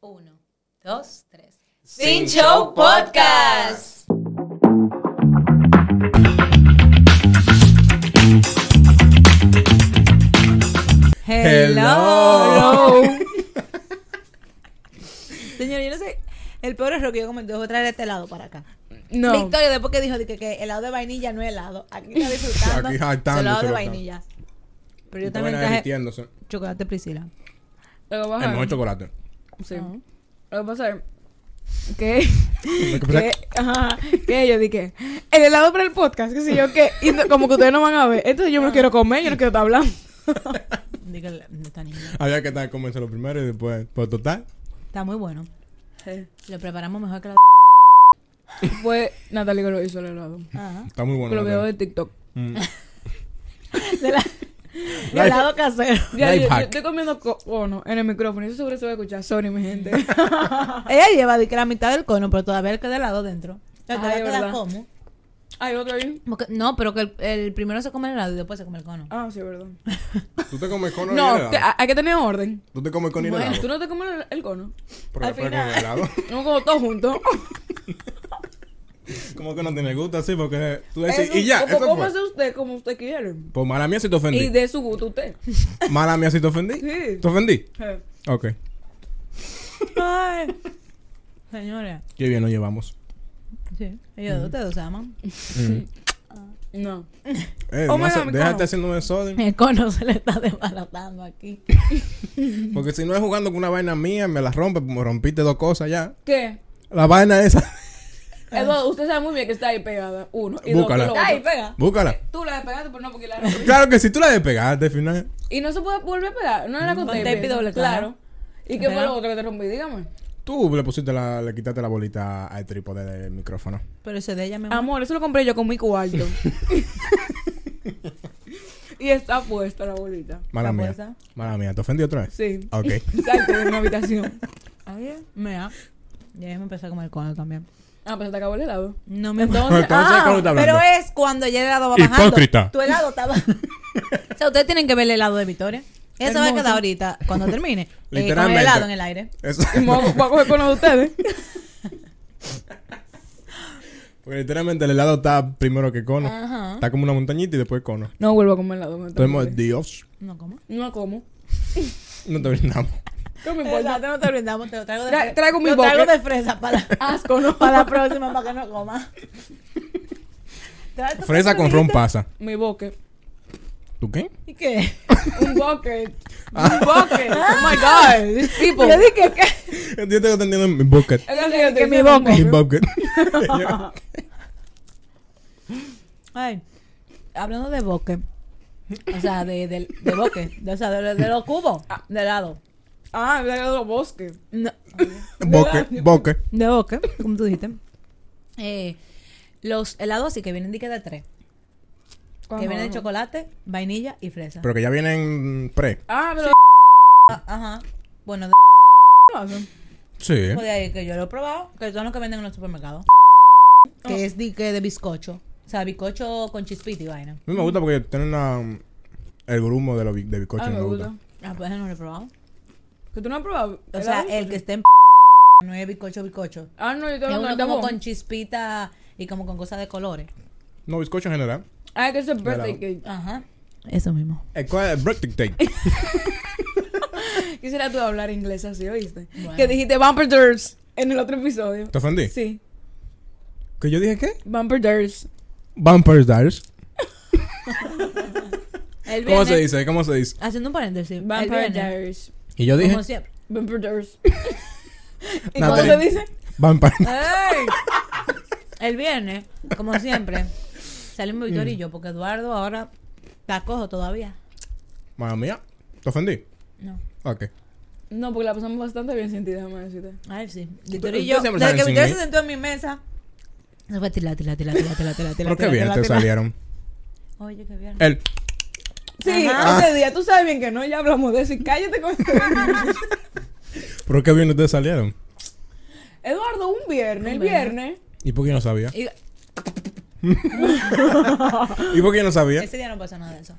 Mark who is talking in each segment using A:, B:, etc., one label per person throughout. A: Uno, dos, tres.
B: Sin Show Podcast.
C: Hello.
B: Señor, yo no sé. El peor error que yo cometí fue traer este helado para acá.
C: No.
B: Victoria, después que dijo de que, que helado de vainilla no es helado. Aquí está disfrutando.
C: Aquí
B: su
C: jaltándose,
B: helado de
C: loca.
B: vainilla. Pero yo
C: Estaban
B: también traje
C: derritiéndose.
B: chocolate Priscila.
D: Lo que
C: El
D: pasa
C: mejor chocolate.
D: sí. Lo que pasa es que,
C: Hay que pensar-
D: que, ajá, que yo dije, el helado para el podcast, qué sé yo, que y no- como que ustedes no van a ver, entonces yo me lo quiero comer, yo no quiero estar hablando.
B: Dígale, esta niña.
C: Había que estar comiendo lo primero y después, pues total.
B: Está muy bueno. Lo preparamos mejor que la.
D: Fue Natalia que lo hizo el helado.
B: Ajá.
C: Está muy bueno.
D: Con los
C: la
D: videos de
C: verdad.
D: TikTok.
C: Mm.
B: De la- de helado casero.
D: Ya, yo,
C: Life
D: yo
C: hack.
D: estoy comiendo co- cono en el micrófono, eso seguro se va a escuchar, sorry mi gente.
B: Ella lleva de que la mitad del cono, pero todavía queda helado dentro.
D: Ah,
B: Todavía
D: es
B: queda
D: verdad.
B: como.
D: Hay otro ahí.
B: Como que- No, pero que el, el primero se come el helado y después se come el cono.
D: Ah, sí, verdad.
C: Tú te comes cono y
D: No,
C: helado.
D: te- ha- hay que tener orden.
C: Tú te comes cono y
D: Bueno,
C: helado.
D: tú no te comes el, el cono.
C: Pero
B: al
C: después
B: final.
C: comes helado.
D: No como todos juntos.
C: Como que no tiene gusto así porque tú decís,
D: Eso-
C: y ya,
D: o-
C: eso
D: Cómase
C: fue.
D: usted como usted quiere.
C: Pues mala mía si te
D: Y
C: ofendí.
D: de su gusto usted.
C: Mala mía si te ofendí.
D: Sí.
C: ¿Te ofendí?
D: Eh.
C: Ok.
B: Ay. Señores.
C: Qué bien lo llevamos.
B: Sí. Ellos dos, ustedes dos se aman.
C: Mm.
D: No.
C: Eh,
D: Oh
C: no
D: my
C: hace-
D: God, mi
C: déjate
D: cono.
C: haciéndome sodio.
B: El cono se le está desbaratando aquí.
C: Porque si no es jugando con una vaina mía, me la rompe. Me rompiste dos cosas ya.
D: ¿Qué?
C: La vaina esa.
D: Eduardo, usted sabe muy bien que está ahí pegada. Uno. Y
C: Búscala.
D: dos, que lo otro.
B: Ay, pega.
C: Búscala.
D: Tú la despegaste, pero no porque la rompí.
C: Claro que si tú la despegaste al final.
D: Y no se puede volver a pegar. No era con
B: Con
D: tape.
B: tape y doble cara.
D: claro. ¿Y qué fue
B: Pero-
D: lo otro que te rompí? Dígame.
C: Tú le pusiste la, le quitaste la bolita al trípode del micrófono.
B: Pero ese de ella me
D: Amor, eso lo compré yo con mi cuarto. y está puesta la bolita.
C: Mala
B: ¿La
C: mía.
B: bolsa?
C: Mala mía. ¿Te ofendí otra vez?
D: Sí.
C: Ok.
D: Exacto, en una habitación.
B: Oye, me da. Y ahí me empecé a comer cono también.
D: Ah, pues se te acabó el helado.
B: No me
C: Entonces, ¿cómo está hablando?
B: pero es cuando ya el helado va bajando.
C: Hipócrita.
B: Tu helado está bajando. o sea, ustedes tienen que ver el helado de Victoria. Eso va a
D: Hermoso.
B: quedar ahorita, cuando termine. eh, con el
C: Literalmente.
B: helado en el aire.
C: Eso.
D: Y me voy a- voy a coger con los de ustedes.
C: Porque literalmente el helado está primero que cono.
B: Ajá.
C: Está como una montañita y después cono.
D: No vuelvo a comer helado. me está
C: Entonces,
D: bien.
C: Dios,
B: No, ¿cómo?
D: No como.
C: no te brindamos.
D: ¿Qué me importa?
B: Exacto, no te brindamos, te lo traigo de
D: Tra-
B: fresa.
D: traigo mi
B: Lo traigo
D: boque.
B: de fresa para,
D: Asco, ¿no?
B: para la próxima, para que no coma. Trae tu
C: Fresa con ron pasa.
D: Mi boque.
C: ¿Tú qué?
B: ¿Y qué?
D: Un bucket.
C: Ah.
D: Un bucket. Oh my god. These people.
B: Yo dije que...
C: Yo tengo entendiendo mi bucket.
D: Es así, yo te
B: que mi
D: digo,
B: bucket.
C: Mi bucket.
B: Ay, hablando de boque. O sea, de, de, de boque. De, o sea, de, de los cubos. De helado.
D: Ah, el helado bosque.
B: No,
C: bucket. Bucket.
B: de boque, como tú dijiste. Eh, los helados así que vienen de que de tres. Que vienen de chocolate, vainilla y fresa.
C: Pero que ya vienen pre.
D: Ah, pero
B: Ah, Ajá. Bueno, de
D: ¿qué pasa?
C: Sí.
B: Pues de ahí que yo lo he probado, que son los que venden en los supermercados. Que es de, que de bizcocho. O sea, bizcocho con chispita y vaina.
C: A mí me gusta porque tiene una... El grumo de, los bi- de bizcocho
D: Ah,
C: me,
D: me
C: gusta.
D: gusta.
B: Ah, pues no lo he probado.
D: Que tú no has probado.
B: O sea,
D: helado?
B: el que esté en no es bizcocho, bizcocho.
D: Ah, no, yo
B: Es
D: tengo
B: uno
D: un
B: como
D: tabón.
B: con chispita y como con cosas de colores.
C: No, bizcocho en general.
D: Ah, que es el birthday
C: Helado.
D: cake.
B: Ajá. Eso mismo.
C: Eh, ¿Cuál es? Birthday cake.
D: Quisiera tú hablar inglés así, ¿oíste?
B: Bueno.
D: Que dijiste Bumper Durs en el otro episodio.
C: ¿Te ofendí?
D: Sí.
C: ¿Que yo dije qué?
D: Bumper Durs.
C: Bumpers Dars.
B: Él
C: ¿Cómo
B: viene-
C: se dice? ¿Cómo se dice?
B: Haciendo un paréntesis. él
D: Bumper
B: viene,
D: Durs.
C: Y yo dije...
B: Como siempre.
D: Bumper Durs. ¿Y cómo
C: Natalie.
D: se dice?
C: Vampire.
B: ¡Ey! Él viene, como siempre. Salimos Victor
C: Mm.
B: y yo, porque Eduardo ahora la cojo todavía.
C: Mamma mía. ¿Te ofendí?
B: No.
C: Ok.
D: No, porque la pasamos bastante bien sin ti, déjame decirte.
B: Ay, sí. Victor
C: ustedes
B: y yo.
C: siempre
B: Desde
C: salen
B: que
C: sin
B: Victor
C: mí.
B: se sentó en mi mesa. Se fue tila, tila, tila, tila, tila, tila, tila.
C: Pero qué
B: tila,
C: bien
B: tila,
C: te
B: tila.
C: salieron.
B: Oye, qué bien.
C: El...
D: Sí,
B: Ajá.
D: ese día tú sabes bien que no, ya hablamos de eso. y Cállate con
C: Pero qué bien ustedes salieron.
D: Eduardo, un viernes, el
B: Un viernes.
D: viernes.
C: ¿Y por qué yo no sabía?
D: Eh,
B: Y-
C: ¿Y por qué yo no sabía?
B: ese día no pasó nada de eso.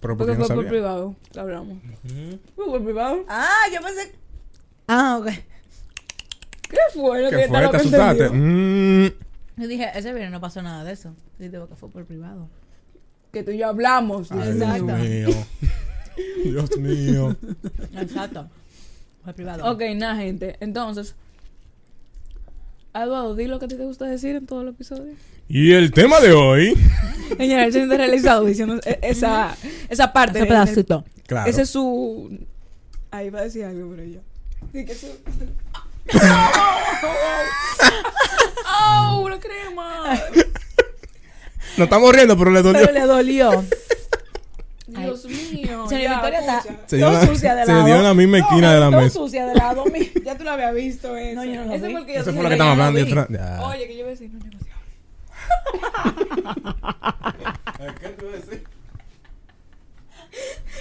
C: Pero por
D: Porque
C: qué no
D: fue por
C: sabía.
D: privado, lo hablamos. Fue por privado.
B: Ah, yo pensé. Ah, ok.
D: fue? Lo que
C: ¿Qué
D: está
C: fue?
D: loco
C: ¿Te asustaste?
D: entendido.
C: Mm.
B: Yo dije, ese viernes no pasó nada de eso. Y digo que fue por privado.
D: Que tú y yo hablamos.
C: Ay, Dios
B: Exacto.
C: mío. Dios mío.
B: Exacto. Fue privado.
D: Ok, nada, gente. Entonces, Eduardo, di lo que a ti te gusta decir en todo el episodio.
C: Y el tema de hoy.
D: En general, se siente realizado diciendo e- esa, esa parte.
B: Ese
D: en el-
B: pedacito.
C: Claro.
D: Ese es su. Ahí va a decir algo, pero yo. Sí, que su... ¡Oh! ¡Una crema!
C: Nos estamos riendo, pero le dolió.
B: Pero le dolió.
D: Dios mío.
B: Señora
D: ya,
B: Victoria está-
D: pucha.
C: Se dio,
B: todo
C: la,
B: sucia de
C: se
B: lado.
C: dio en la misma esquina de la
B: Todo
C: mesa.
B: sucia de lado. mi-
D: Ya tú lo había visto, eso.
B: No, yo no lo
D: Ese
B: vi.
D: fue el que yo
C: Esa
D: te
C: fue la que
D: dije,
C: estamos
D: yo no
C: hablando.
D: vi.
C: y otra- Ya.
D: Oye, que yo iba a decir, no negociamos.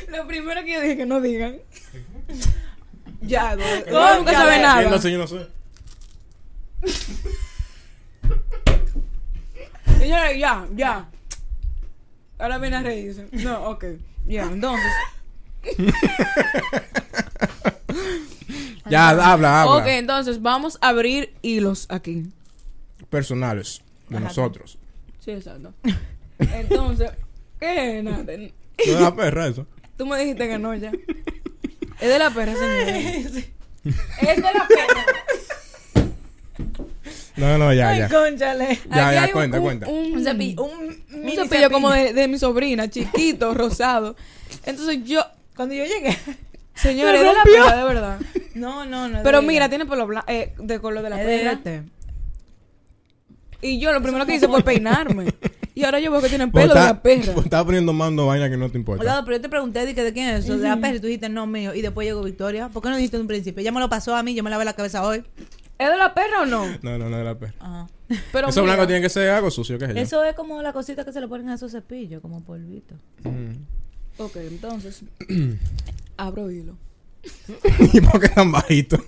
D: Lo primero que yo dije que no digan. ya, Eduardo. Eduardo nunca
B: Ya
D: sabe
B: ves.
D: nada.
C: No sé, yo no sé.
D: Señora, ya, ya. Ahora viene a reírse. No, ok. Ya, entonces.
C: Ya, habla, habla.
D: Ok, entonces vamos a abrir hilos aquí.
C: Personales de nosotros.
D: Sí, exacto. Entonces, ¿qué? Nada.
C: No es la perra eso.
D: Tú me dijiste que no ya. Es de la perra, señora. Es de la perra.
C: No, no, ya, ya.
B: Cónchale.
C: Ya,
D: Aquí
C: ya,
D: hay un-
C: cuenta,
D: un-
C: cuenta.
D: Un,
B: Un cepillo. Un,
D: un
B: mini
D: cepillo, como de, de mi sobrina, chiquito, rosado. Entonces yo,
B: Cuando yo llegué.
D: señora,
B: Se
D: es de la
B: rompió.
D: perra, de verdad.
B: No, no, no.
D: Pero
B: de-
D: mira, tiene pelo blanco, eh, de color de la
B: Es de
D: perra.
B: este.
D: Y yo lo primero que hice fue peinarme. Y ahora yo veo que tienen
C: Vos
D: pelo de
C: estás-
D: la perra.
C: vos estás poniendo mando vaina que no te importa.
B: Olado, pero yo te pregunté de, que, de quién es eso, de la perra, y tú dijiste no mío, y después llegó Victoria. ¿Por qué no dijiste en un principio? Ella me lo pasó a mí, yo me lavé la cabeza hoy.
D: ¿Es de la perra o no?
C: No, no, no es la perra.
B: Ajá.
D: Pero
C: Eso
D: mira,
C: blanco tiene que ser algo sucio, que es
B: Eso es como la cosita que se le ponen a esos cepillos, como polvito.
C: Mm.
D: Ok, entonces. abro hilo.
C: ¿Y por qué tan bajito?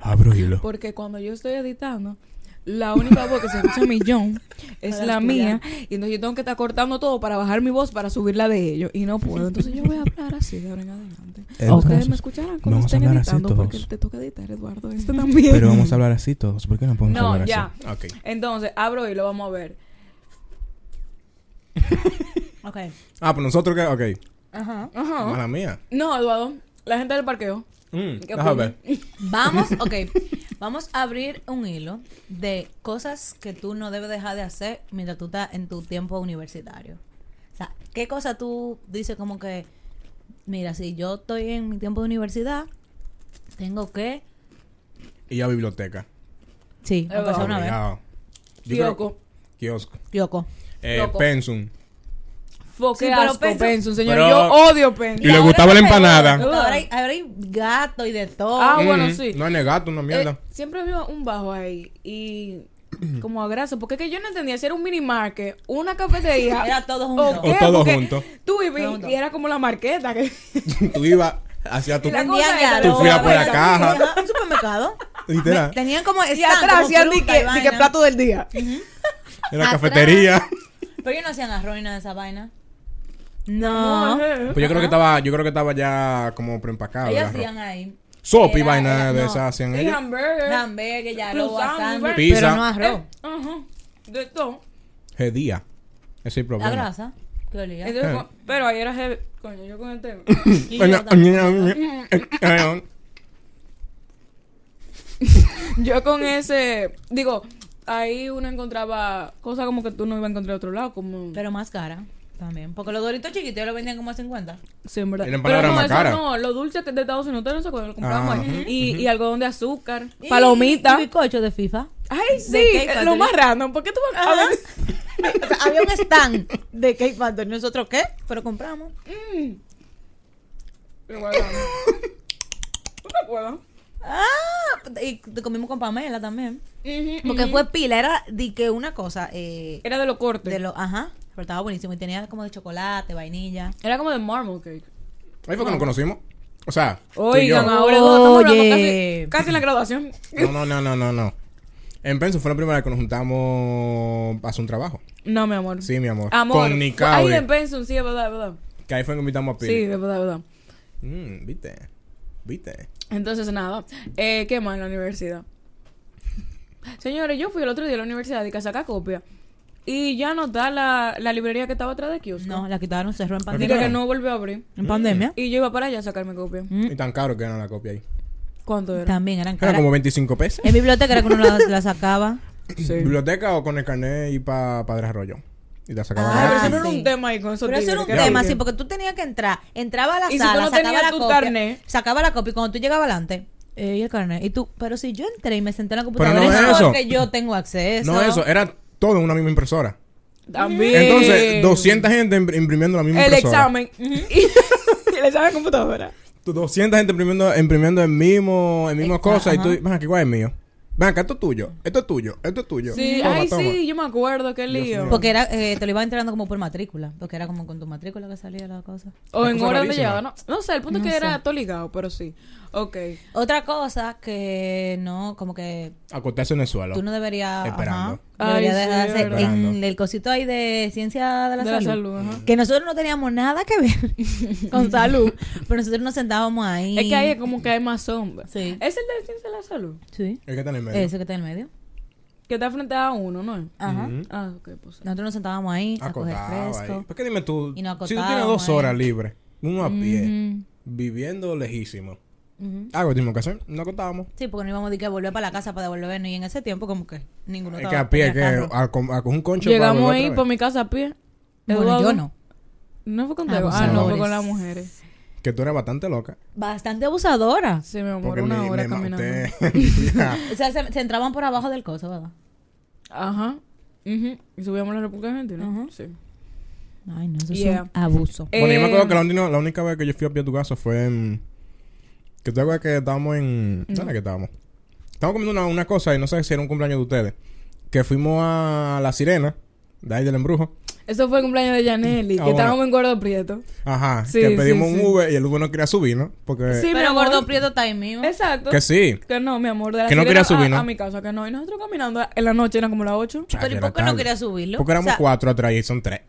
C: Abro hilo.
D: Porque cuando yo estoy editando, la única voz que se escucha mi John es la mía. Y entonces yo tengo que estar cortando todo para bajar mi voz para subir la de ellos. Y no puedo. Entonces yo voy a hablar así de ahora en adelante.
C: Entonces,
D: Ustedes me escucharán cuando
C: vamos a
D: estén
C: hablar así
D: editando porque
C: todos.
D: te toca editar, Eduardo. Este también.
C: vamos a hablar así todos. ¿Por qué no podemos
D: No, ya.
C: Ok.
D: Entonces, abro hilo, vamos a ver.
B: Ok.
C: Ah, pues nosotros que. Ok.
B: Ajá.
D: Ajá.
C: Mala mía.
D: No, Eduardo. La gente del parqueo.
C: Mm,
D: ¿Qué
C: déjame
D: opinas?
C: ver.
B: Vamos, ok. Vamos a abrir un hilo de cosas que tú no debes dejar de hacer mientras tú estás en tu tiempo universitario. O sea, ¿qué cosa tú dices como que, mira, si yo estoy en mi tiempo de universidad, tengo que...
C: Y ya biblioteca.
B: Sí, me
D: Ahí va.
C: Ah,
B: pasó una vez.
C: Obligado. Yo creo-
D: Kiyoko.
C: Kiosco.
B: Yoko.
C: Eh,
D: Loco.
C: Pensum.
D: Fo, qué
B: Sí, pero
D: asco,
B: Penson-
D: Penson, señor.
C: Pero-
D: Yo odio
C: Y
D: Penson.
C: le
B: ahora
C: gustaba la
B: me
C: empanada.
D: pegó.
B: Ahora hay, ahora hay gato y de todo.
D: Ah,
C: Mm,
D: bueno, sí.
C: No es gato, una mierda.
D: Eh, siempre había un bajo ahí y como a grasa, porque es que yo no entendía si era un mini market, una cafetería
B: Era todo
D: o
B: junto.
D: qué,
C: O todo
D: porque
C: junto.
D: Tú ibas y-
B: Todo junto.
D: y era como la marqueta que
C: tú ibas hacia tu.
D: Y la-
B: Vendían
D: cosa
B: ya
D: era-
C: Tú fuiste
B: lo-
C: por la caja.
B: Ajá, Un supermercado.
C: Literal.
B: Tenían como
D: y
B: stand,
D: atrás
B: como
D: hacían de
B: fruta y
D: que, de
B: vaina.
D: que plato del día.
C: En la
B: Atrás.
C: cafetería.
B: Pero ellos no hacían arroz ni nada de esa vaina.
D: No,
B: No.
D: eh.
C: Pues yo creo que estaba, yo creo que estaba ya como preempacado. el
B: Ellos
C: arroz.
B: hacían ahí.
C: Sopa y
B: Era-
C: vaina
B: era-
C: de
B: no.
C: esas hacían
D: Y
C: ellos.
D: hamburger.
B: Hamburgues, ya
D: Los
B: lo asando.
D: sándwiches.
B: Pero
C: Pizza.
B: no
D: eh,
B: arroz.
D: ajá, de todo.
C: Gedía. Ese es el
B: La
C: problema.
B: grasa. Qué olía.
D: Entonces,
C: Eh.
D: co- pero ahí era heavy. Coño, yo con este, el tema.
B: Y yo también.
D: yo con ese, digo, ahí uno encontraba cosas como que tú no ibas a encontrar en otro lado, como
B: Pero más cara también. Porque los doritos chiquitos ellos los vendían como a 50.
D: Sí, en verdad.
C: Y la empanada era
D: Pero no,
C: más
D: eso
C: cara.
D: no, los dulces que de Estados Unidos, ustedes no se acuerdan, los compramos
C: Ah,
D: ahí.
C: ujú,
D: Y, y algodón de azúcar,
B: Y-
D: palomita.
B: Y bizcocho de FIFA.
D: Ay, sí,
B: de Cake
D: eh, lo
B: Factory.
D: más random. ¿Por qué tú vas a ver?
B: O sea, había un stand de Cake Factory. ¿Nosotros qué? Pero compramos.
D: Lo más random. ¿Tú te acuerdas?
B: Ah, y comimos con Pamela también. Porque fue pila, era de que una cosa. Eh,
D: Era de los cortes.
B: de lo, ajá, pero estaba buenísimo. Y tenía como de chocolate, vainilla.
D: Era como de marble cake.
C: Ahí fue que nos conocimos. O sea, tú y yo.
D: Oigan, ahora Eduardo, estamos hablando
B: Oye.
D: casi, casi en la graduación.
C: No, no, no, no, no, no. En Penso fue la primera vez que nos juntamos a hacer un trabajo.
D: No, mi amor.
C: Sí, mi amor.
D: Amor.
C: Con Nicaudi.
D: Ahí en Benson, sí, es verdad, es verdad.
C: Que ahí fue que invitamos a Pili.
D: Sí, es verdad, es verdad.
C: Mm, viste. Viste.
D: Entonces, nada. Eh, ¿Qué más en la universidad? Señores, yo fui el otro día a la universidad de que a sacar copia. Y ya no está la, la librería que estaba atrás de kiosco.
B: No, la quitaron, cerró en
D: Dije que
B: pandemia.
D: no volvió a abrir.
B: En pandemia.
D: Y yo iba para allá a sacarme copia.
B: Mm.
C: Y tan caro que era la copia ahí.
D: ¿Cuánto era?
B: También eran
C: Era
B: caras.
C: como 25 pesos.
B: En biblioteca era que uno la, la sacaba.
D: Sí.
C: Biblioteca o con el carnet y para Padre Arroyo. Y la sacaban.
D: Ay, Ah, pero
C: gratis.
D: siempre era
B: sí.
D: un tema ahí con esos
B: Pero eso era un
D: tigres, que
B: tema,
D: que-
B: sí, porque tú tenías que entrar. Entraba a la
D: Y si tú
B: sala,
D: no
B: sacaba
D: tenías
B: la
D: tu
B: copia.
D: carnet.
B: Sacaba la copia y cuando tú llegabas adelante, eh, y el carnet. Y tú, pero si yo entré y me senté en la
C: Pero no
B: computadora,
C: es eso.
B: porque yo tengo acceso.
C: No, eso, era todo en una misma impresora.
D: También.
C: Entonces, 200 gente impr- imprimiendo la misma
D: El
C: impresora.
D: examen. Y el examen de computadora.
C: Tú, 200 gente imprimiendo, imprimiendo el mismo, el mismo
B: Exa-
C: cosa. Y
B: ajá.
C: tú, ven aquí, ¿cuál es mío? Ven acá, esto es tuyo, esto es tuyo, esto es tuyo.
D: Sí,
C: Toma,
D: ay,
C: toma.
D: sí, yo me acuerdo, qué
C: Dios
D: lío.
C: mío.
B: Porque era, eh, te lo iban entrando como por matrícula. Porque era como con tu matrícula que salía la cosa.
D: O
C: Una
D: en
C: cosa
D: hora donde
C: rarísima.
D: llegaba, no, no sé, el punto es
B: No
D: que
B: sé.
D: era todo ligado, pero sí. Ok.
B: Otra cosa que no, como que
C: Acostarse en el suelo.
B: tú no deberías.
C: Esperando.
B: ajá, deberías
D: Ay, sí,
B: dejarse
D: es verdad.
B: en el cosito ahí de ciencia de la
D: de
B: salud.
D: la salud, ajá.
B: Que nosotros no teníamos nada que ver con salud. pero nosotros nos sentábamos ahí.
D: Es que ahí es como que hay más sombra.
B: Sí.
D: Es el de ciencia de la salud,
B: Sí.
C: Es que está en el medio.
B: Ese que está en el medio.
D: que está frente a uno, ¿no es?
B: Ajá.
C: Ujú.
D: Ah, ok, pues. sí.
B: Nosotros nos sentábamos ahí a coger
C: Acostado ahí.
B: fresco.
C: ¿Por qué dime tú?
B: Y eh. nos
C: si tú tienes
B: acostábamos
C: dos
B: ahí.
C: horas libres, uno a pie,
D: Mm.
C: viviendo lejísimo.
B: Ujú.
C: Algo tenemos que hacer, nos acostábamos.
B: Sí, porque no íbamos de que volver para la casa para devolvernos. Y en ese tiempo, como que ninguno
C: Es Eh, que
B: estaba-
C: a pie,
B: tenía
C: que
B: carro.
C: a, con- a con un concho para
D: Llegamos
C: volver
D: ahí
C: otra
D: por
C: vez.
D: mi casa a pie.
B: Bueno,
D: Eduardo.
B: yo no. pues
D: No fue contigo. Ah,
B: Abusadores.
D: no, fue con las mujeres.
C: Que tú eres bastante loca.
B: Bastante abusadora.
D: Sí, mi amor,
C: Porque
D: una
C: me,
D: hora
C: me
D: caminando.
C: maté.
B: O sea, se, se entraban por abajo del coso, ¿verdad?
D: Ajá. Ujú. Y subíamos a la República Argentina.
B: Ajá.
D: Sí.
B: Ay, no, eso
D: es Yeah. un
B: abuso.
C: Bueno, yo me acuerdo
D: Eh,
C: que la única, la única vez que yo fui a pie a tu casa fue en... Que te acuerdas que estábamos en... ¿Dónde que estábamos? Estábamos comiendo una, una cosa y no sé si era un cumpleaños de ustedes. Que fuimos a La Sirena, de ahí del embrujo.
D: Eso fue el cumpleaños de Janelli,
C: Ah,
D: que
C: bueno.
D: estábamos en Gordo Prieto.
C: Ajá.
D: Sí,
C: que
D: sí,
C: pedimos
D: sí.
C: un Uber y el Uber no quería subir, ¿no? Porque...
D: Sí, mi
B: Pero
D: amor.
B: Gordo Prieto está ahí mismo.
D: Exacto.
C: Que sí.
D: Que no, mi amor. De la
C: Que no
D: sirena
C: quería subir,
D: a,
C: ¿no?
D: a mi casa, que no. Y nosotros caminando en la noche, eran como las 8.
C: Chacho,
B: Pero ¿y
C: era
B: por qué no
C: tarde.
B: quería subirlo?
C: Porque éramos
B: O sea-
C: cuatro atrás y son tres.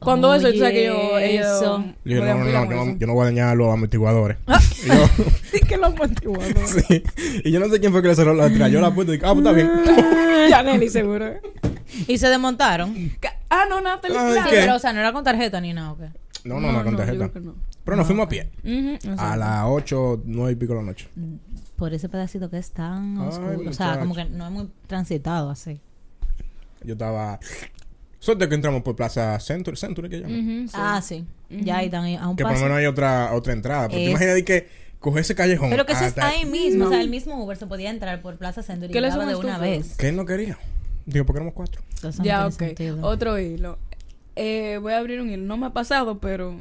D: Cuando eso, tú sabes que yo.
B: Oye,
D: ellos
B: eso.
C: Y Yo no, no,
D: podían
C: no,
D: pelear
C: yo
D: con
C: no-
D: eso.
C: yo no voy a dañar los amortiguadores.
D: Ah.
C: Y yo,
D: Sí, que los amortiguadores.
C: sí. Y yo no sé quién fue que le cerró la atrás. Yo la puerta y dije, ah, pues está bien.
D: Janelli, seguro.
B: Y se desmontaron.
D: Que- Ah, no, Natalie.
C: Ay,
D: claro.
C: ¿qué?
B: Pero, o sea, no era con tarjeta ni nada, ¿o qué?
C: No, no, no, con
D: yo
C: tarjeta.
D: creo que no. Ah.
C: Pero nos fuimos a pie.
D: Ujú,
C: A
D: exacto.
C: las 8, 9 y pico de la noche.
B: Por ese pedacito que es tan
C: Ay,
B: oscuro. o sea,
C: muchacho.
B: como que no es muy transitado así.
C: Yo estaba. Suerte que entramos por Plaza Century, Century que llaman.
D: Ujú, sí.
B: Ah, sí. Ya ahí están ahí a un
C: Que por lo
B: paso.
C: menos hay otra, otra entrada. Porque
B: Es-
C: imagínate que coge ese callejón.
B: Pero que eso
C: hasta-
B: está ahí mismo. O sea, el mismo Uber se podía entrar por Plaza Centro y
D: ¿Qué le
B: llegaba de
D: sumas tú,
B: una
D: Flor?
B: vez.
C: Que él no quería. Digo, porque éramos cuatro.
B: Eso no
D: Ya,
B: tiene
D: ok.
B: sentido.
D: Otro hilo. Eh, voy a abrir un hilo. No me ha pasado, pero.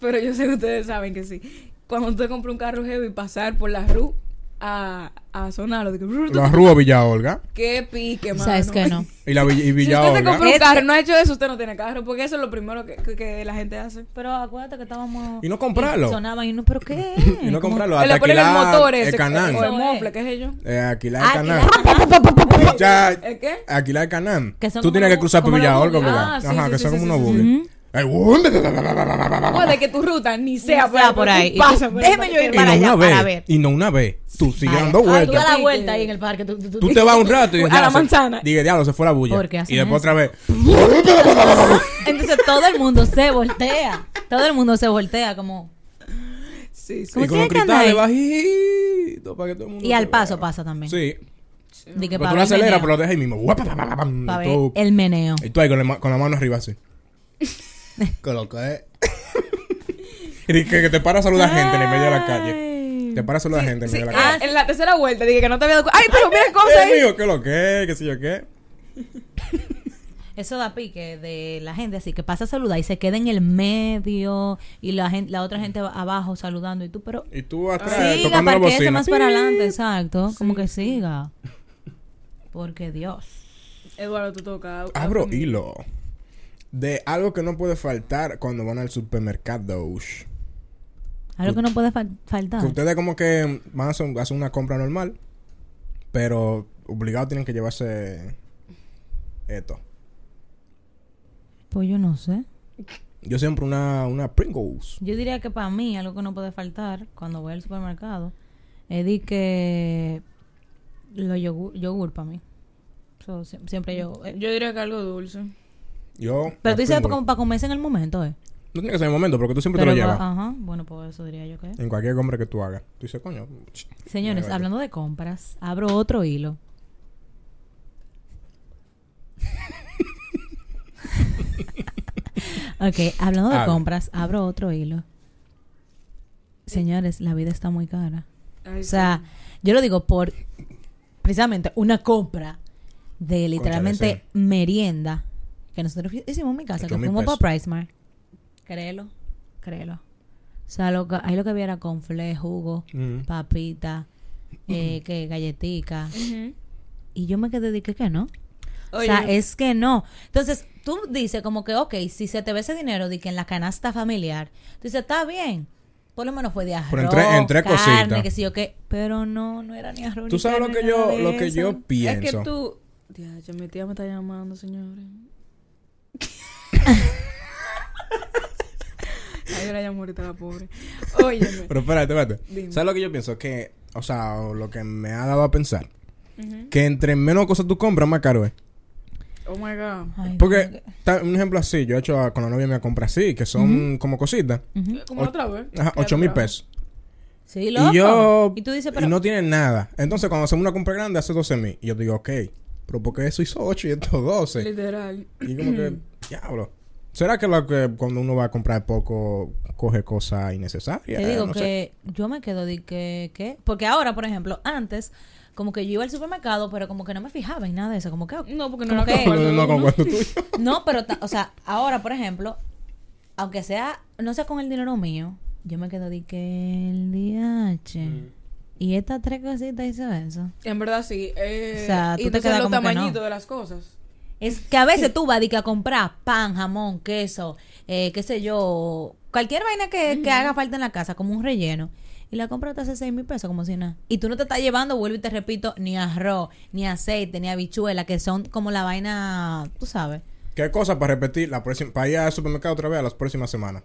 D: Pero yo sé que ustedes saben que sí. Cuando usted compra un carro heavy, pasar por la RU a, a sonarlo. de que-
C: La Rúa Villa Olga.
D: ¡Qué pique,
B: O
D: mano!
B: sea, es que no.
C: Y, la Villa, y
D: Si
C: Villa
D: usted se
C: Olga.
D: compró un
B: Es
D: carro
B: que-
D: no ha hecho eso, usted no tiene carro. Porque eso es lo primero que, que- que la gente hace.
B: Pero acuérdate que estábamos.
C: Y no comprarlo.
B: Sonaban y no, ¿pero qué?
C: Y no
B: Como-
C: comprarlo.
D: O
C: Hasta
D: le ponen el motor
C: alquilar
D: ese.
C: el Canán.
D: O
B: Eso
D: el
B: es.
D: mofle, qué sé yo.
C: Eh, alquilar
B: Ah,
C: el Canán. Ya-
D: ¿El qué?
C: Alquilar el Canán.
B: Que son
C: Tú
B: como
C: tienes que
B: los-
C: cruzar por
B: como los
C: Villa Olga,
B: buggy.
C: ¿verdad?
D: Ah, sí,
C: Ajá,
D: sí,
C: que
D: sí,
C: son
D: sí,
C: como unos
D: sí,
C: buggy. Ay, wuh,
D: Puede que tu ruta ni sea,
B: Ni sea por
D: tú
B: ahí. Y tú-
D: pasas por ahí
B: déjeme
D: para
B: yo ir
D: que-
C: Y no
B: para allá,
C: una
B: para
C: vez.
B: ver.
C: Y no una vez. Tú sigues
B: Ay,
C: dando
B: ay, tú
C: vueltas.
B: das la vuelta ahí en el parque. Tú, tú- tú-
C: Tú te vas un rato y
D: A
C: ya,
D: la
C: se-
D: manzana.
C: Dije, diablo, se fue la bulla.
B: ¿Por qué hacen
C: y después otra vez.
B: Entonces todo el mundo se voltea. Todo el mundo se voltea como...
D: Sí, sí.
B: ¿Cómo
C: Y con los
B: ustedes están
C: cristales
B: ahí?
C: bajito para que todo el mundo
B: Y al
C: te
B: paso
C: vea.
B: pasa también.
C: Sí.
B: De que
C: Pero
B: pa' ver el
C: tú lo
B: meneo.
C: aceleras, pero lo dejas ahí mismo. Guapa, pa, pa, pa, pam,
B: Pa' ver
C: tú-
B: el meneo.
C: Y tú ahí con la, ma- con la mano arriba así. Coloca, eh. y di que, que te para a saludar gente en el medio de la calle. Te para a saludar gente en medio de la
D: Ah,
C: calle.
D: en la tercera vuelta dije que no te había dado cu- ¡Ay, pero mira cosa
C: Dios
D: ahí!
C: mío, ¿qué lo Eh, que? ¿Qué sé yo qué?
B: Eso da pique de la gente así que pasa a saludar y se queda en el medio y la gente, la otra gente va abajo saludando y tú pero
C: Y tú atrás
B: siga
C: Ah, tocando la
B: parquéese
C: bocina.
B: más para adelante, exacto, como que siga. Porque Dios.
D: Eduardo, tú toca.
C: Abro
D: Mm.
C: hilo. De algo que no puede faltar cuando van al supermercado. ush.
B: Algo que no puede fal- faltar.
C: Que ustedes como que van a hacer, hacen una compra normal, pero obligado tienen que llevarse esto.
B: Pues yo no sé.
C: Yo siempre una, una Pringles.
B: Yo diría que para mí algo que no puede faltar cuando voy al supermercado es de que Los yogur, yogur para mí. So, sie- siempre yo. eh.
D: Yo diría que algo dulce.
C: Yo.
B: Pero tú dices
C: Pringles.
B: como para comerse en el momento, ¿eh?
C: No tiene que ser en el momento, porque tú siempre
B: Pero
C: te lo Eh,
B: pa-
C: llevas.
B: Ajá. Bueno, pues eso diría yo que. es.
C: En cualquier compra que tú hagas. Tú dices, coño. ch,
B: Señores,
C: Mira,
B: hablando de compras, abro otro hilo. ok, hablando de
C: Abre.
B: compras, abro otro hilo. Señores, la vida está muy cara.
D: Ay,
B: O sea, yo lo digo por precisamente una compra de literalmente merienda que nosotros hicimos en mi casa,
C: Ocho
B: que
C: mil
B: fuimos
C: pesos.
B: para Pricemart. Créelo, créelo. O sea, lo que, ahí lo que había era confle, jugo,
C: mm,
B: papita, eh, que galletica.
D: sí. Ujú.
B: Y yo me quedé de que, que no. O
D: Oye,
B: sea, es que no. Entonces, tú dices como que, ok, si se te ve ese dinero de que en la canasta familiar, tú dices, está bien. Por lo menos fue de arroz,
C: Pero en tres- en tres
B: carne,
C: cositas.
B: que sí o qué. Pero no, no era ni arroz
C: Tú
B: ni
C: sabes lo
B: carne,
C: que
B: nada
C: yo,
B: de
C: lo que
B: eso.
C: yo pienso.
D: Es que tú. Diache, mi tía me está llamando, señores. Ay, yo la llamo ahorita la pobre. Óyeme.
C: Pero espérate, espérate.
D: Dime.
C: ¿Sabes lo que yo pienso? Que, o sea, o lo que me ha dado a pensar. Que entre menos cosas tú compras, más caro es.
D: Oh my god.
B: Ay, Dios mío.
C: Porque, ta- un ejemplo así, yo he hecho a- con la novia mía compra así, que son como cositas.
B: Ujú.
D: Como
C: O-
D: otra vez.
C: Ajá,
D: Qué
C: 8 mil
D: raro.
C: pesos.
B: Sí, loco.
C: Y yo.
B: Y tú dices,
C: y
B: pero...
C: no tiene nada. Entonces, cuando hacemos una compra grande, hace 12 mil. Y yo digo, ok, pero ¿por qué eso hizo 8 y esto 12?
D: Literal.
C: Y como que, diablo. ¿Será que, lo que cuando uno va a comprar poco, coge cosas innecesarias?
B: Te digo
C: No sé.
B: que yo me quedo de que, ¿qué? Porque ahora, por ejemplo, antes, como que yo iba al supermercado, pero como que no me fijaba en nada de eso, como que...
D: No, porque no
B: Como
D: la
B: que-
D: concuerdo,
C: No, no, con
D: ¿no?
C: cuento tuyo.
B: No, pero, ta- o sea, ahora, por ejemplo, aunque sea, no sea con el dinero mío, yo me quedo de que el DH. Y estas tres cositas hizo eso.
D: En verdad sí. Eh,
B: O sea, tú
D: y
B: te
D: entonces
B: quedas
D: los
B: como que no.
D: tamañitos de las cosas.
B: Es que a veces tú vas de que a comprar pan, jamón, queso, eh, qué sé yo, cualquier vaina que, que haga falta en la casa, como un relleno. Y la compra te hace seis mil pesos como si nada. Y tú no te estás llevando, vuelvo y te repito, ni arroz, ni aceite, ni habichuela, que son como la vaina, tú sabes.
C: ¿Qué cosa para repetir la próxima, para ir al supermercado otra vez a las próximas semanas?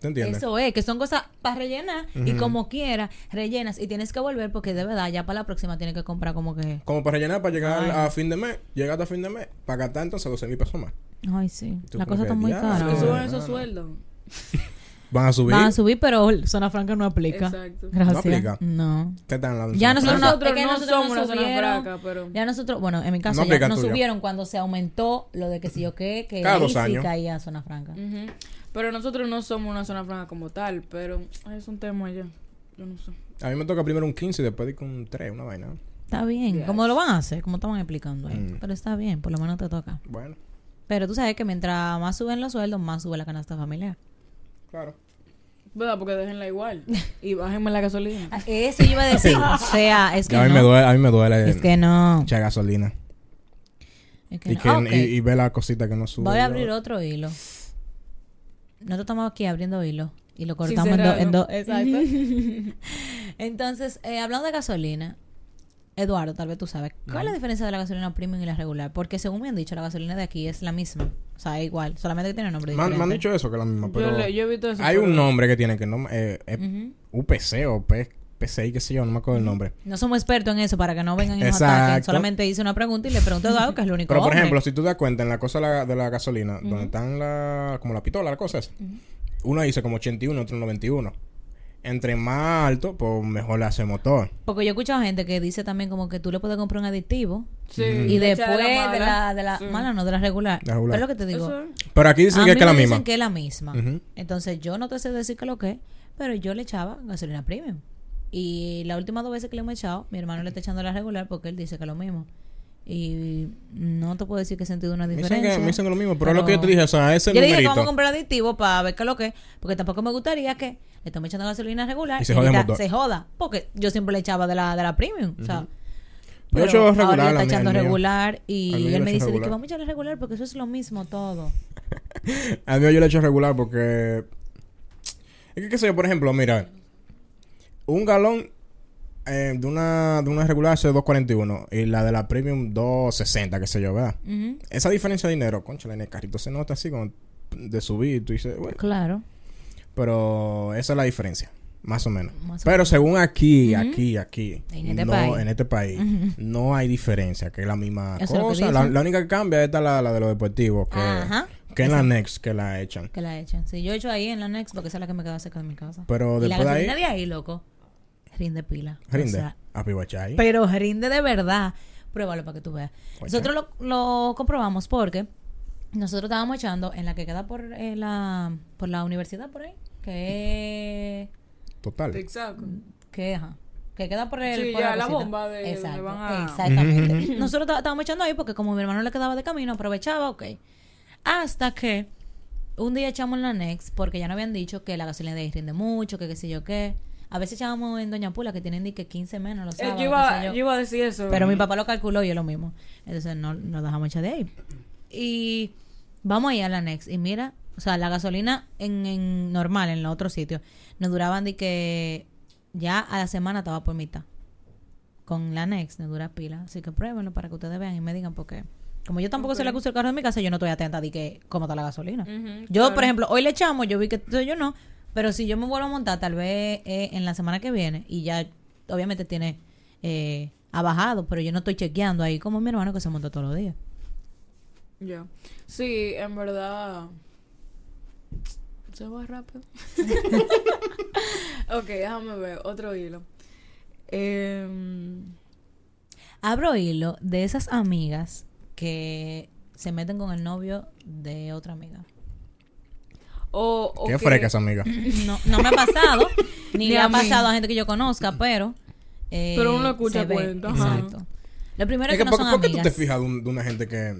C: ¿Te entiendes?
B: Eso es, que son cosas para rellenar y como quiera, rellenas y tienes que volver porque de verdad ya para la próxima tienes que comprar como que...
C: Como para rellenar, para llegar
B: Ay.
C: a fin de mes, llegar a fin de mes, para gastar entonces 12 mil pesos más.
B: Ay, sí.
C: Tú
B: La
C: como
B: cosa
C: que,
B: está muy
C: "Diablo".
B: cara.
D: Que
C: No,
D: suban
C: no,
D: esos
C: no.
D: sueldos.
C: Van a subir.
B: Van a subir, pero zona franca no aplica.
D: Exacto.
B: Gracias.
C: No aplica.
B: No.
C: ¿Qué tal la
B: Ya nosotros, no,
D: Nosotros
B: es que
D: no
B: nosotros
D: somos una
B: nos
D: zona
B: subieron,
D: franca, pero-
B: Ya nosotros, bueno, en mi caso,
C: No
B: ya
C: aplica
B: nos
C: tuya.
B: subieron cuando se aumentó lo de que si yo qué, que
C: Cada
B: ahí
C: dos
B: sí
C: años.
B: caía a zona franca.
D: Ujú. Pero nosotros no somos una zona franca como tal, pero ay, es un tema ya. Yo no sé.
C: A mí me toca primero un 15 y después digo un 3, una vaina.
B: Está bien,
D: Yes.
B: como lo van a hacer, como estaban explicando ahí.
C: Mm.
B: Pero está bien, por lo menos te toca.
C: Bueno,
B: Pero tú sabes que mientras más suben los sueldos, más sube la canasta familiar.
C: claro.
D: ¿Verdad? Porque déjenla igual. Y bájenme la gasolina.
B: Ah, Eso yo iba a decir. o sea, es que
C: a, mí
B: no.
C: me duele, a mí me duele
B: Es que no.
C: echar gasolina.
B: Es que
C: Y,
B: no.
C: que,
B: Ah, ok.
C: y, y ver la cosita que no sube.
B: Voy a abrir otro hilo. Nosotros estamos aquí abriendo hilo y lo
D: Sin
B: cortamos en dos.
D: cerrarlo.
B: en dos- Exacto. Entonces, eh, hablando de gasolina, Eduardo, tal vez tú sabes, ¿cuál es la diferencia de la gasolina premium y la regular? Porque según me han dicho, la gasolina de aquí es la misma. O sea, es igual, solamente que tiene nombre
C: Me han,
B: diferente.
C: me han dicho eso que es la misma,
D: Yo
C: pero
D: le- yo he visto eso,
C: hay
D: pero-
C: un nombre que tiene que no eh, es
B: Ujú.
C: UPC o P- PCI, qué sé yo, no me acuerdo el nombre.
B: No somos expertos en eso para que no vengan y nos ataquen.
C: Exacto.
B: Solamente hice una pregunta y le pregunté a Eduardo, que es el único
C: Pero por
B: hombre.
C: ejemplo, si tú te das cuenta, en la cosa de la, de la gasolina, donde están la, como la pistola, la cosa esa, uno dice como 81, otro 91. Entre más alto, pues mejor le hace motor.
B: Porque yo he escuchado gente que dice también como que tú le puedes comprar un adictivo
D: Sí.
B: y
D: Leche
B: después de la, de la,
D: Sí.
B: mala, no, de la regular.
C: La regular.
B: Pero es lo que te digo.
D: Eso es.
C: Pero aquí dicen
B: a mí
C: que es que es la
B: me
C: misma.
B: Dicen que es la misma.
C: Ujú.
B: Entonces yo no te sé decir que lo que es, pero yo le echaba gasolina premium. Y la última dos veces que le hemos echado, mi hermano le está echando la regular porque él dice que es lo mismo. Y no te puedo decir que he sentido una
C: Me dicen,
B: diferencia.
C: que, me dicen que es lo mismo, pero es lo que yo te dije, o sea, ese
B: Yo le dije que vamos a
C: numerito.
B: comprar adictivo para ver qué es lo que es, porque tampoco me gustaría que le estemos echando gasolina regular
C: Y se jode el
B: ahorita
C: motor.
B: se joda, porque yo siempre le echaba de la, de la premium. o sea,
C: Yo he
B: pero
C: hecho
B: ahora
C: regular,
B: le
C: la
B: está
C: mía-
B: echando
C: el mío.
B: regular y
C: Al mío yo
B: él
C: le
B: me
C: echo
B: dice de que
C: regular.
B: vamos a echarle regular porque eso es lo mismo todo.
C: A mí yo le echo regular porque. Es que, qué sé yo, por ejemplo, mira. Un galón eh, de, una, de una regular es 2.41 y la de la premium 2.60, qué sé yo, ¿verdad?
B: Ujú,
C: Esa diferencia de dinero, concha, en el carrito se nota así como de subir, tú dices, "Bueno".
B: Claro.
C: pero esa es la diferencia. Más o menos.
B: Más o
C: Pero según aquí, aquí, aquí.
B: En este
C: no,
B: país.
C: En este país. No hay diferencia, que es la misma
B: Eso es lo que
C: cosa. La,
B: dicen.
C: la única que cambia es la, la de los deportivos, que,
B: Ajá.
C: que es la Next que la echan.
B: Que la echan. Sí, yo he hecho ahí en la Next porque esa es la que me queda cerca de mi casa.
C: Pero
B: y la
C: después de ahí-
B: gasolina de ahí, loco, rinde pila. O
C: Rinde.
B: sea,
C: Apiwachai.
B: pero rinde de verdad. Pruébalo para que tú veas. Nosotros lo, lo comprobamos porque nosotros estábamos echando en la que queda por, eh, la, por la universidad por ahí, que
C: Total.
D: Exacto.
B: que ajá, que queda por el
D: Sí,
B: por
D: ya, la
B: cosita.
D: bomba de-
B: Exacto,
D: donde van a-
B: exactamente nosotros ta- estábamos echando ahí porque como mi hermano le quedaba de camino aprovechaba ok hasta que un día echamos en la Next porque ya nos habían dicho que la gasolina de ahí rinde mucho que qué sé yo qué a veces echábamos en Doña Pula que tienen ni que 15 menos los
D: Eh,
B: sábados,
D: yo,
B: qué sé
D: iba,
B: yo.
D: yo iba a decir eso.
B: Pero mi papá lo calculó y es lo mismo. Entonces no nos dejamos echar de ahí. Y vamos ahí a la Next. Y mira, o sea, la gasolina en, en normal, en los otros sitios, nos duraban de que ya a la semana estaba por mitad. Con la Next nos dura pila. Así que pruébenlo para que ustedes vean y me digan por qué. Como yo tampoco sé la que uso el carro en mi casa, yo no estoy atenta de que cómo está la gasolina.
D: Ujú,
B: yo, por ejemplo, hoy le echamos, yo vi que entonces yo no. Pero si yo me vuelvo a montar, tal vez eh, en la semana que viene, y ya obviamente tiene eh, ha bajado, pero yo no estoy chequeando ahí como mi hermano que se monta todos los días.
D: Ya. Sí, en verdad. Se va rápido. ok, déjame ver. Otro hilo. Em,
B: Abro hilo de esas amigas que se meten con el novio de otra amiga.
D: o, o
C: Qué
D: que-
C: fresca esa amiga.
B: No, no me ha pasado, ni
D: Ni
B: le
D: a
B: ha
D: mí.
B: pasado a gente que yo conozca, pero. eh,
D: Pero uno escucha
B: se ve.
D: cuentos, ajá.
B: Exacto. Lo primero es
C: Es
B: que,
C: que,
B: no
C: ¿por,
B: son
C: por qué tú
B: amigas.
C: te fijas de, un- de una gente que...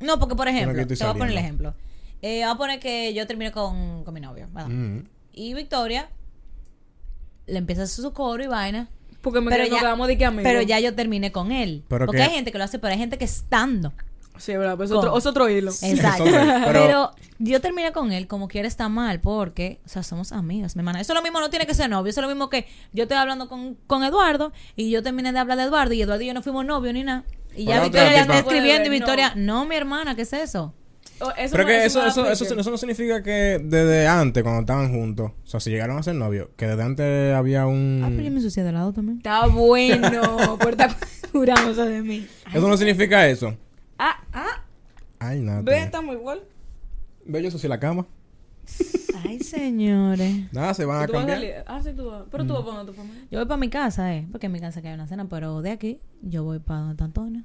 B: No, porque por ejemplo,
C: que
B: te
C: estoy
B: voy a poner el
C: saliendo.
B: ejemplo. Eh, voy a poner que yo termino con, con mi novio, ¿verdad?
C: Mm.
B: Y Victoria le empieza a hacer su coro y vaina.
D: Porque me
B: Pero
D: quedé-
B: ya-
D: nos quedamos de que amigos.
B: Pero ya yo terminé con él.
C: Pero
B: porque
C: que-
B: hay gente que lo hace, pero hay gente que estando.
D: Sí, verdad. Pues
B: Con-
D: otro, es otro hilo.
B: Exacto.
C: eso es,
B: pero...
C: pero-
B: yo terminé con él como quiera está mal porque, o sea, somos amigas, mi hermana. Eso lo mismo no tiene que ser novio. Eso es lo mismo que yo estoy hablando con, con Eduardo y yo terminé de hablar de Eduardo y Eduardo y yo no fuimos novios ni nada. Y ya
C: Pero
B: Victoria
C: otra
B: le está
C: tipa-
B: escribiendo y
D: No.
B: Victoria, no, mi hermana, ¿qué es eso?
D: O- Oh, eso
C: Pero
D: no-
C: que
D: no
C: eso,
D: da
C: eso, eso,
D: aplique.
C: eso no significa que desde antes, cuando estaban juntos, o sea, si llegaron a ser novios, que desde antes había
B: Ah, pero yo
C: un...
B: me ensucié de lado también.
D: Está bueno. Puerta jurámosa de mí.
C: Eso no significa eso.
D: Ah, ah.
C: Ay, nada.
D: Ve, estamos igual.
C: Ve yo eso sí la cama.
B: Ay, señores.
C: Nada, se van a
D: ¿Tú vas a
C: cambiar. Mm.
D: salir? Ah, sí, tú vas. Pero tú vas a poner tu familia.
B: Yo voy para mi casa, ¿eh? Porque en mi casa que hay una cena, pero de aquí yo voy para donde está Antonio.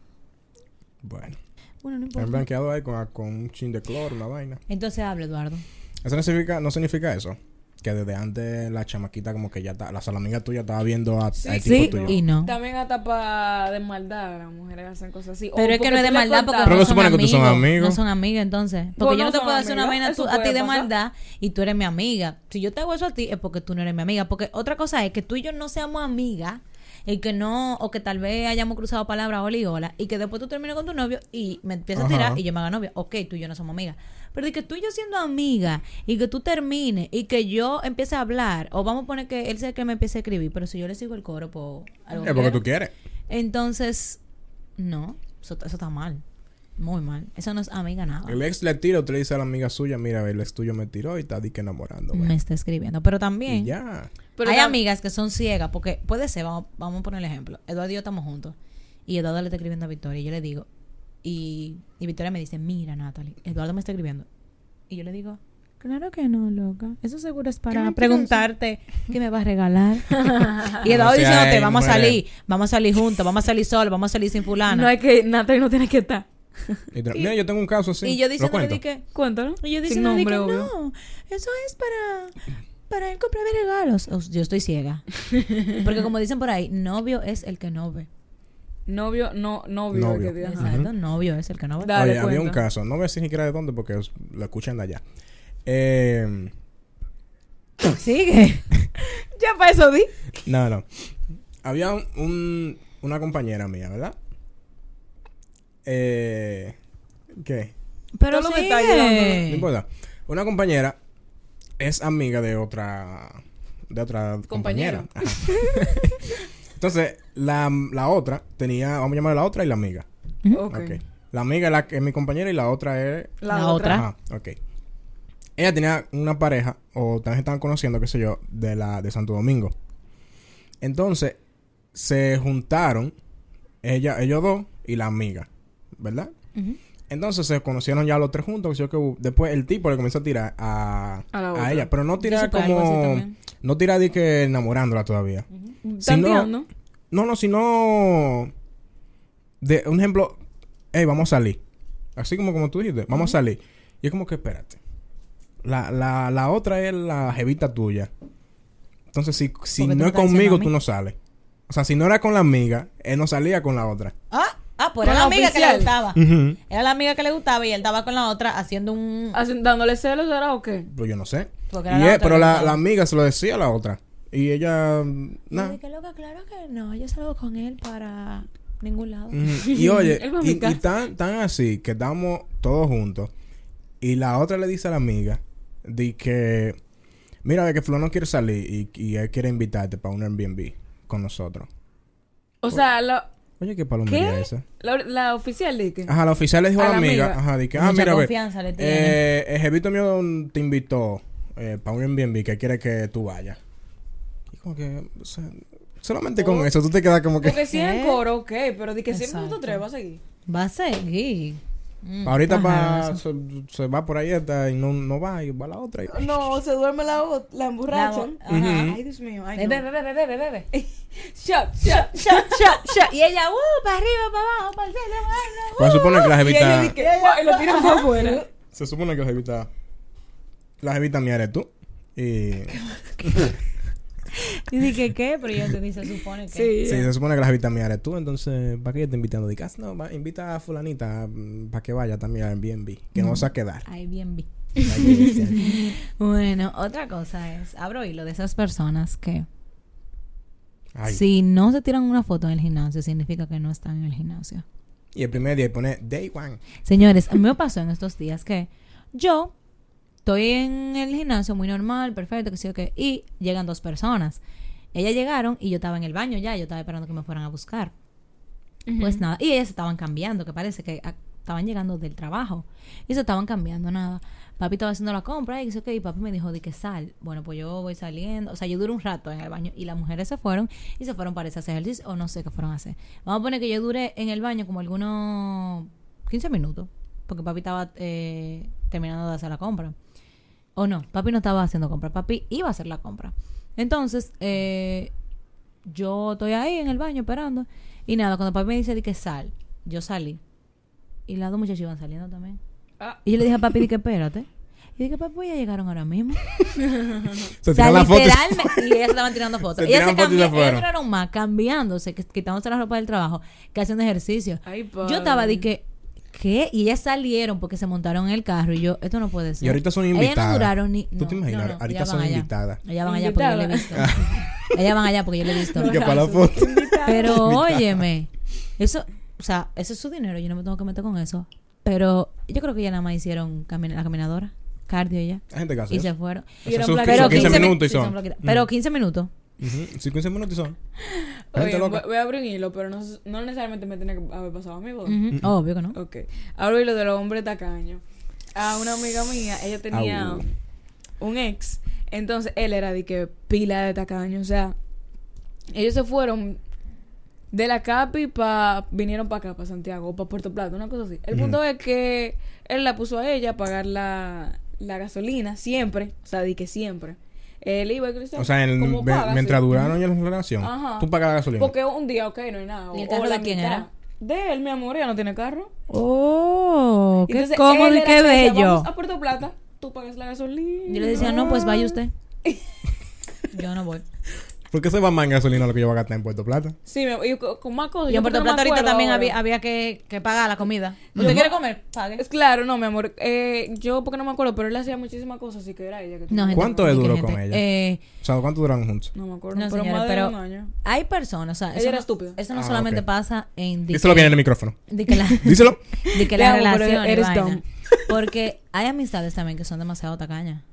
C: Bueno.
B: Bueno, no
C: Han
B: importa.
C: blanqueado ahí con, con un chin de cloro, una vaina.
B: Entonces habla, Eduardo.
C: Eso no significa, no significa eso. Que desde antes la chamaquita como que ya está... La salamiga tuya estaba viendo a, al tipo
B: Sí
C: tuyo.
B: y no.
D: También hasta para de maldad las mujeres hacen cosas así. O
B: Pero es que
D: porque
B: no es
D: tú
B: de
D: le
B: maldad porque
D: contaste.
C: Pero
B: no
C: se
B: son,
C: supone que tú
B: amigos,
C: son amigos.
B: No son amigas, entonces. Porque
D: Pues
B: yo
D: no
B: no te
D: son
B: puedo hacer una
D: amigas,
B: vaina tú-
D: eso
B: a ti
D: puede
B: de
D: pasar.
B: maldad y tú eres mi amiga. Si yo te hago eso a ti es porque tú no eres mi amiga. Porque otra cosa es que tú y yo no seamos amigas y que no, o que tal vez hayamos cruzado palabras hola y hola y que después tú termines con tu novio y me empiezas a tirar
C: Ajá.
B: y yo me haga novia. Ok, tú y yo no somos amigas. Pero de que tú y yo siendo amigas y que tú termines y que yo empiece a hablar o vamos a poner que él sea el que me empiece a escribir, pero si yo le sigo el coro por algo
C: Es Eh, porque tú quieres.
B: entonces, no, eso, eso está mal. Muy mal. Eso no es amiga nada.
C: El ex le tira, usted le dice a la amiga suya, mira, el ex tuyo me tiró y está di que enamorando. güey".
B: Me está escribiendo. Pero
C: Y
B: también
C: ya.
D: Pero
B: hay
D: tam-
B: amigas que son ciegas, porque puede ser, vamos, vamos a poner el ejemplo. Eduardo y yo estamos juntos. Y Eduardo le está escribiendo a Victoria. Y yo le digo, y, y Victoria me dice, mira, Natalie, Eduardo me está escribiendo. Y yo le digo, claro que no, loca. Eso seguro es para preguntarte qué me vas a regalar. y
C: No
B: Eduardo
C: sea
B: diciéndote,
C: él,
B: vamos a
C: mujer.
B: salir, vamos a salir juntos, vamos a salir solos, vamos a salir sin fulana.
D: No hay que. Natalie no tiene que estar.
C: Y tra- Mira, yo tengo un caso así.
B: y yo
C: ¿lo
B: diciéndole
C: cuento?
B: di que...
D: Cuéntalo.
B: Y yo
D: Sin
B: diciendo de
D: nombre,
B: que
D: obvio.
B: no, eso es para para él comprarme regalos. O- Yo estoy ciega. Porque como dicen por ahí, novio es el que no ve.
D: Novio, no, novio.
C: Novio.
D: que diga, ajá.
B: Exacto, novio es el que no ve.
D: Da- Dale,
C: Oye, había un
D: cuenta.
C: caso, no voy a decir ni siquiera de dónde porque os- lo escuchan de allá. Eh,
B: Sigue.
D: Ya para eso di.
C: no, no. Había un- un- una compañera mía, ¿verdad? Eh, ¿Qué?
B: Pero
D: Todos los
B: sigue.
D: detalles,
C: No importa. Una compañera es amiga de otra. De otra compañera.
D: Compañera.
C: Ajá. Entonces, la, la otra tenía. Vamos a llamar a la otra y la amiga.
D: Ok.
C: Ok. La amiga es, la, que es mi compañera y la otra es
D: La,
B: La
D: otra.
B: otra.
C: Ajá, ok. Ella tenía una pareja, o también estaban conociendo, qué sé yo, de la de Santo Domingo. Entonces, se juntaron ella, ellos dos y la amiga, ¿verdad? Entonces se conocieron ya los tres juntos. qué sé yo, que hubo- después el tipo le comenzó a tirar a,
D: A la
C: a
D: otra.
C: ella. Pero no tirar
B: supe algo así
C: como.
B: también.
C: No tirar de que enamorándola todavía. Si
D: Están
C: no-
D: tirando.
C: No, no, sino. De un ejemplo. Hey, vamos a salir. Así como, como tú dijiste, vamos a salir. Y es como que espérate. La, la, la otra es la jevita tuya. Entonces, si,
B: Porque
C: si
B: tú
C: no
B: me
C: es
B: estás diciendo
C: conmigo,
B: a mí.
C: tú no sales. O sea, si no era con la amiga, él no salía con la otra.
B: Ah, ah, pues era
D: Con
B: la
D: la
B: amiga que le
D: oficial.
B: gustaba.
C: Ujú.
B: Era la amiga que le gustaba y él estaba con la otra haciendo un.
D: Hacen- dándole celos ahora o qué?
C: Pues yo no sé.
B: Porque
C: Y
B: era la
C: él-
B: otra
C: pero
B: que
C: la,
B: estaba.
C: la amiga se lo decía a la otra. Y ella. mm,
B: Y
C: Nada.
B: yo dije, loca, claro que no. Yo salgo con él para ningún lado.
C: Ujú. Mm, Y oye,
D: Él va a mi
C: y, y
D: casa.
C: tan, tan así que estamos todos juntos. Y la otra le dice a la amiga de que mira de que Flo no quiere salir y, y él quiere invitarte para un Airbnb con nosotros.
D: O sea, la,
C: Oye, qué palomería
D: ¿Qué?
C: esa.
D: la, la oficial de que.
C: Ajá, la oficial le dijo a
D: A
C: la
D: la
C: amiga,
D: amiga.
C: ajá, de que, ah,
B: Mucha
C: mira, a ver,
B: confianza le tiene.
C: eh, el jevito mío te invitó para un Airbnb que quiere que tú vayas. Y como que, o sea, solamente con eso tú te quedas como que...
D: Porque si es en coro, ok, pero di que siempre
B: Exacto.
D: tú tres vas a seguir.
B: Va a seguir. Mm,
C: Ahorita
B: ajá,
C: pa-
B: eso.
C: se, se va por ahí esta y no, no va y va la otra. y- pues,
D: No, se duerme la, o- la emborrachan.
B: La bo- ajá.
D: Ay, Dios mío, ay,
B: Bebe,
D: no.
B: bebe, bebe, bebe, bebe.
D: Shot, shot,
B: Shot, shot, shot. Y ella, uh, para arriba, para abajo, para el cielo, para abajo. uh,
C: Pues se supone que la
D: Y ella di
C: jevita...
D: que, "Guau", y lo tiran para afuera.
C: Se supone que la jevita... La jevita mía eres tú. Y...
B: Y dije, ¿qué? Pero ella te dice, supone que.
D: Sí.
C: Sí, se supone que la jevita mía eres tú. Entonces, ¿para qué yo te invitando? Dicas, no, va- invita a fulanita para que vaya también al Airbnb. Que
B: Mm.
C: no vas a quedar.
B: Ahí bien vi. Bueno, otra cosa es, abro hilo de esas personas que
C: Ay.
B: si no se tiran una foto en el gimnasio, significa que no están en el gimnasio.
C: Y el primer día pone Day One.
B: Señores, a mí me pasó en estos días que yo estoy en el gimnasio muy normal, perfecto, que sí, que y llegan dos personas. Ellas llegaron y yo estaba en el baño ya, yo estaba esperando que me fueran a buscar. Pues nada, y ellas estaban cambiando, que parece que ah, estaban llegando del trabajo y se estaban cambiando nada. Papi estaba haciendo la compra y que sí, que y papi me dijo de que sal. Bueno, pues yo voy saliendo, o sea, yo duré un rato en el baño y las mujeres se fueron y se fueron para ese hacer ejercicio o no sé qué fueron a hacer. Vamos a poner que yo duré en el baño como algunos 15 minutos, porque papi estaba eh, terminando de hacer la compra. O no, papi no estaba haciendo compra, papi iba a hacer la compra. Entonces, eh, yo estoy ahí en el baño esperando. Y nada, cuando papi me dice di que sal, yo salí. Y las dos muchachas iban saliendo también.
D: Ah,
B: Y yo le dije a papi, di que espérate. Y dije, papi, ya llegaron ahora mismo.
C: Se
B: O sea,
C: tiran la foto.
B: literalmente- Y ellas estaban tirando fotos.
C: Se
B: ellas se
C: tiraban fotos y se
B: cambiaron, ellas
C: fueron.
B: duraron más cambiándose, que- quitándose la ropa del trabajo, que haciendo ejercicio.
D: Ay, padre.
B: yo estaba de que, ¿qué? Y ellas salieron porque se montaron en el carro. Y yo, esto no puede ser.
C: Y ahorita son invitadas.
B: Ellas no duraron ni.
C: ¿Tú
B: no,
C: te imaginas?
B: no, no,
C: Ahorita
B: ellas van
C: son
B: allá.
C: invitadas.
B: Ellas van allá porque yo le he visto.
D: Invitadas.
B: ellas van allá porque yo le he visto.
C: Y que para la foto.
B: Pero óyeme, eso, o sea, ese es su dinero, yo no me tengo que meter con eso. Pero yo creo que ya nada más hicieron cami- la caminadora, cardio y ya.
C: Hay gente que hace
B: Y se
C: eso.
B: fueron.
C: Eso son
D: Pero
C: quince-
D: son
C: 15
B: mi-
C: minutos y
B: sí,
C: son. Mm.
B: bloqueadas. Pero 15 minutos.
C: Ujú, Sí, 15 minutos y son. Gente
D: Oye,
C: loca.
D: voy, voy a abrir un hilo, pero no, no necesariamente me tiene que haber pasado a mí, ¿verdad?
B: Ujú, Obvio que no.
D: Ok. Abro hilo de los hombres tacaños. A una amiga mía, ella tenía
C: Au.
D: un ex. Entonces, él era de que pila de tacaño. O sea, ellos se fueron de la Capi pa, vinieron para acá, para Santiago, o para Puerto Plata, una cosa así. El punto es que él la puso a ella a pagar la, la gasolina siempre. O sea, de que siempre. Él iba a cruzar.
C: O sea, en-
D: como
C: ve-
D: paga,
C: mientras
D: sí.
C: duraron ya la relación,
D: Ajá.
C: tú pagas la gasolina.
D: Porque un día, ok, no hay nada.
B: ¿Y el
D: o-
B: carro
D: o
B: de
D: la
B: quién era?
D: De él, mi amor, ella no tiene carro.
B: Oh, qué
D: Entonces,
B: cómodo
D: él
B: y
D: era
B: qué
D: que decía,
B: bello.
D: Vamos a Puerto Plata, tú pagas la gasolina.
B: Yo le decía, no, pues vaya usted. Yo no voy.
C: ¿Por qué se va más en gasolina lo que yo voy a gastar en Puerto Plata?
D: Sí, me, y co- con más cosas.
B: Y en
D: yo
B: Puerto
D: no me
B: Plata ahorita
D: acuerdo
B: también
D: ahora.
B: había, había que, que pagar la comida. ¿Usted quiere comer? Pague.
D: Es claro, no, mi amor. Eh, yo porque no me acuerdo, pero él hacía muchísimas cosas, así que era ella que
B: No, gente,
C: ¿Cuánto es
B: ni que
C: duro
B: gente.
C: con ella?
B: Eh,
C: O sea, ¿cuánto duraron juntos?
D: No me acuerdo,
B: No,
D: pero
B: señores,
D: más
B: pero
D: de un año.
B: hay personas, o sea, eso
D: Ella era
B: no,
D: estúpida.
B: eso no
C: Ah,
B: solamente
C: ok.
B: pasa en de
C: Díselo
B: que-
C: bien en el micrófono.
B: de que la
C: Díselo.
B: de que
D: Te
B: la
D: amo, pero
B: relación
D: eres dumb.
B: porque hay amistades también que son demasiado tacañas.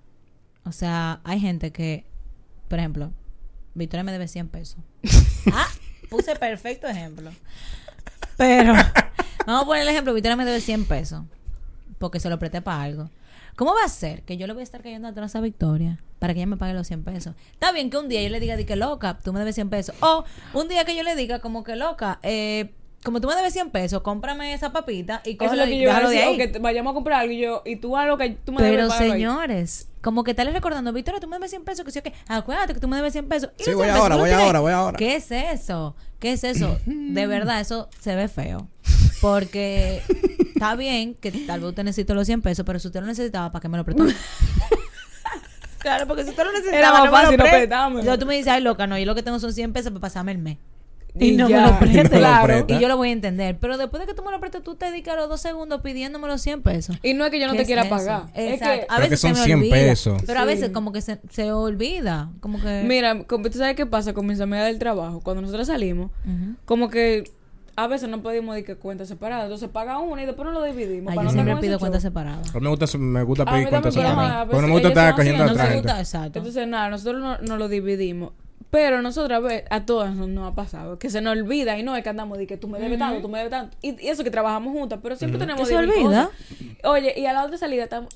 B: O sea, hay gente que por ejemplo, Victoria me debe 100 pesos. ah, puse perfecto ejemplo. Pero vamos a poner el ejemplo, Victoria me debe 100 pesos porque se lo presté para algo. ¿Cómo va a ser que yo le voy a estar cayendo atrás a Victoria para que ella me pague los 100 pesos? Está bien que un día yo le diga, di que loca, tú me debes 100 pesos. O un día que yo le diga, como que loca, eh, como tú me debes 100 pesos, cómprame esa papita y
D: Eso es
B: cógela
D: lo que
B: y
D: yo iba a
B: déjalo de
D: decir,
B: ahí.
D: o que te- vayamos a comprar algo y yo, y tú haz lo que tú me
B: Pero
D: debes, págalo ahí.
B: señores, como que tal es recordando, Victoria, tú me debes 100 pesos, que sí o que, acuérdate que tú me debes 100 pesos. Y
C: Sí,
B: los
C: voy
B: 100 pesos
C: ahora,
B: tú los
C: voy
B: tienes
C: ahora,
B: ahí.
C: voy ahora.
B: ¿Qué es eso? ¿Qué es eso? De verdad, eso se ve feo. Porque está bien que tal vez usted necesite los 100 pesos, pero si usted lo necesitaba, ¿para qué me lo prestó? claro, porque si usted lo necesitaba,
D: Era más
B: no me lo
D: fácil, no
B: presta.
D: prestámelo.
B: Yo tú me dices, ay, loca, no, yo lo que tengo son 100 pesos para pasarme el mes.
D: Y
B: Y, no
D: ya.
B: me lo
C: Y no me lo
B: preste. claro.
C: presta.
B: Y yo lo voy a entender. Pero después de que tú me lo prestes, tú te dedicas los dos segundos pidiéndome los 100 pesos.
D: Y no es que yo no
B: ¿Qué
D: te
B: es
D: quiera
B: eso?
D: pagar. Es
B: Exacto. a
D: que-
C: Pero que
B: veces
C: son
B: se me
C: 100
B: olvida.
C: pesos.
B: Pero a
D: Sí.
B: veces como que se, se olvida. Como que.
D: Mira, como- ¿tú sabes qué pasa con mis amigas del trabajo? Cuando nosotros salimos,
B: Ujú.
D: como que a veces no pedimos de que cuentas separadas. Entonces paga una y después no lo dividimos.
B: Ay,
D: para
B: yo
D: no
B: siempre
D: estar con
B: pido
D: ese
B: cuentas
D: show.
B: separadas.
C: A mí me gusta, me gusta
D: A mí
C: pedir cuentas
D: también, pero
C: separadas.
D: ajá,
C: Porque no me
D: pues
C: gusta
D: ellos
C: estar
D: son
C: cogiendo
D: así,
C: a
B: No
C: otra
B: se
D: nosotros-
C: gente.
B: gusta, exacto.
D: Entonces, nada, nosotros no, no lo dividimos. Pero nosotras, a ve- a todas nos, nos ha pasado, que se nos olvida y no es que andamos de que tú me debes tanto, tú me debes tanto. Y, y eso que trabajamos juntas, pero siempre tenemos...
B: Que se
D: de mil
B: olvida.
D: cosas. Oye, y a la otra salida estamos...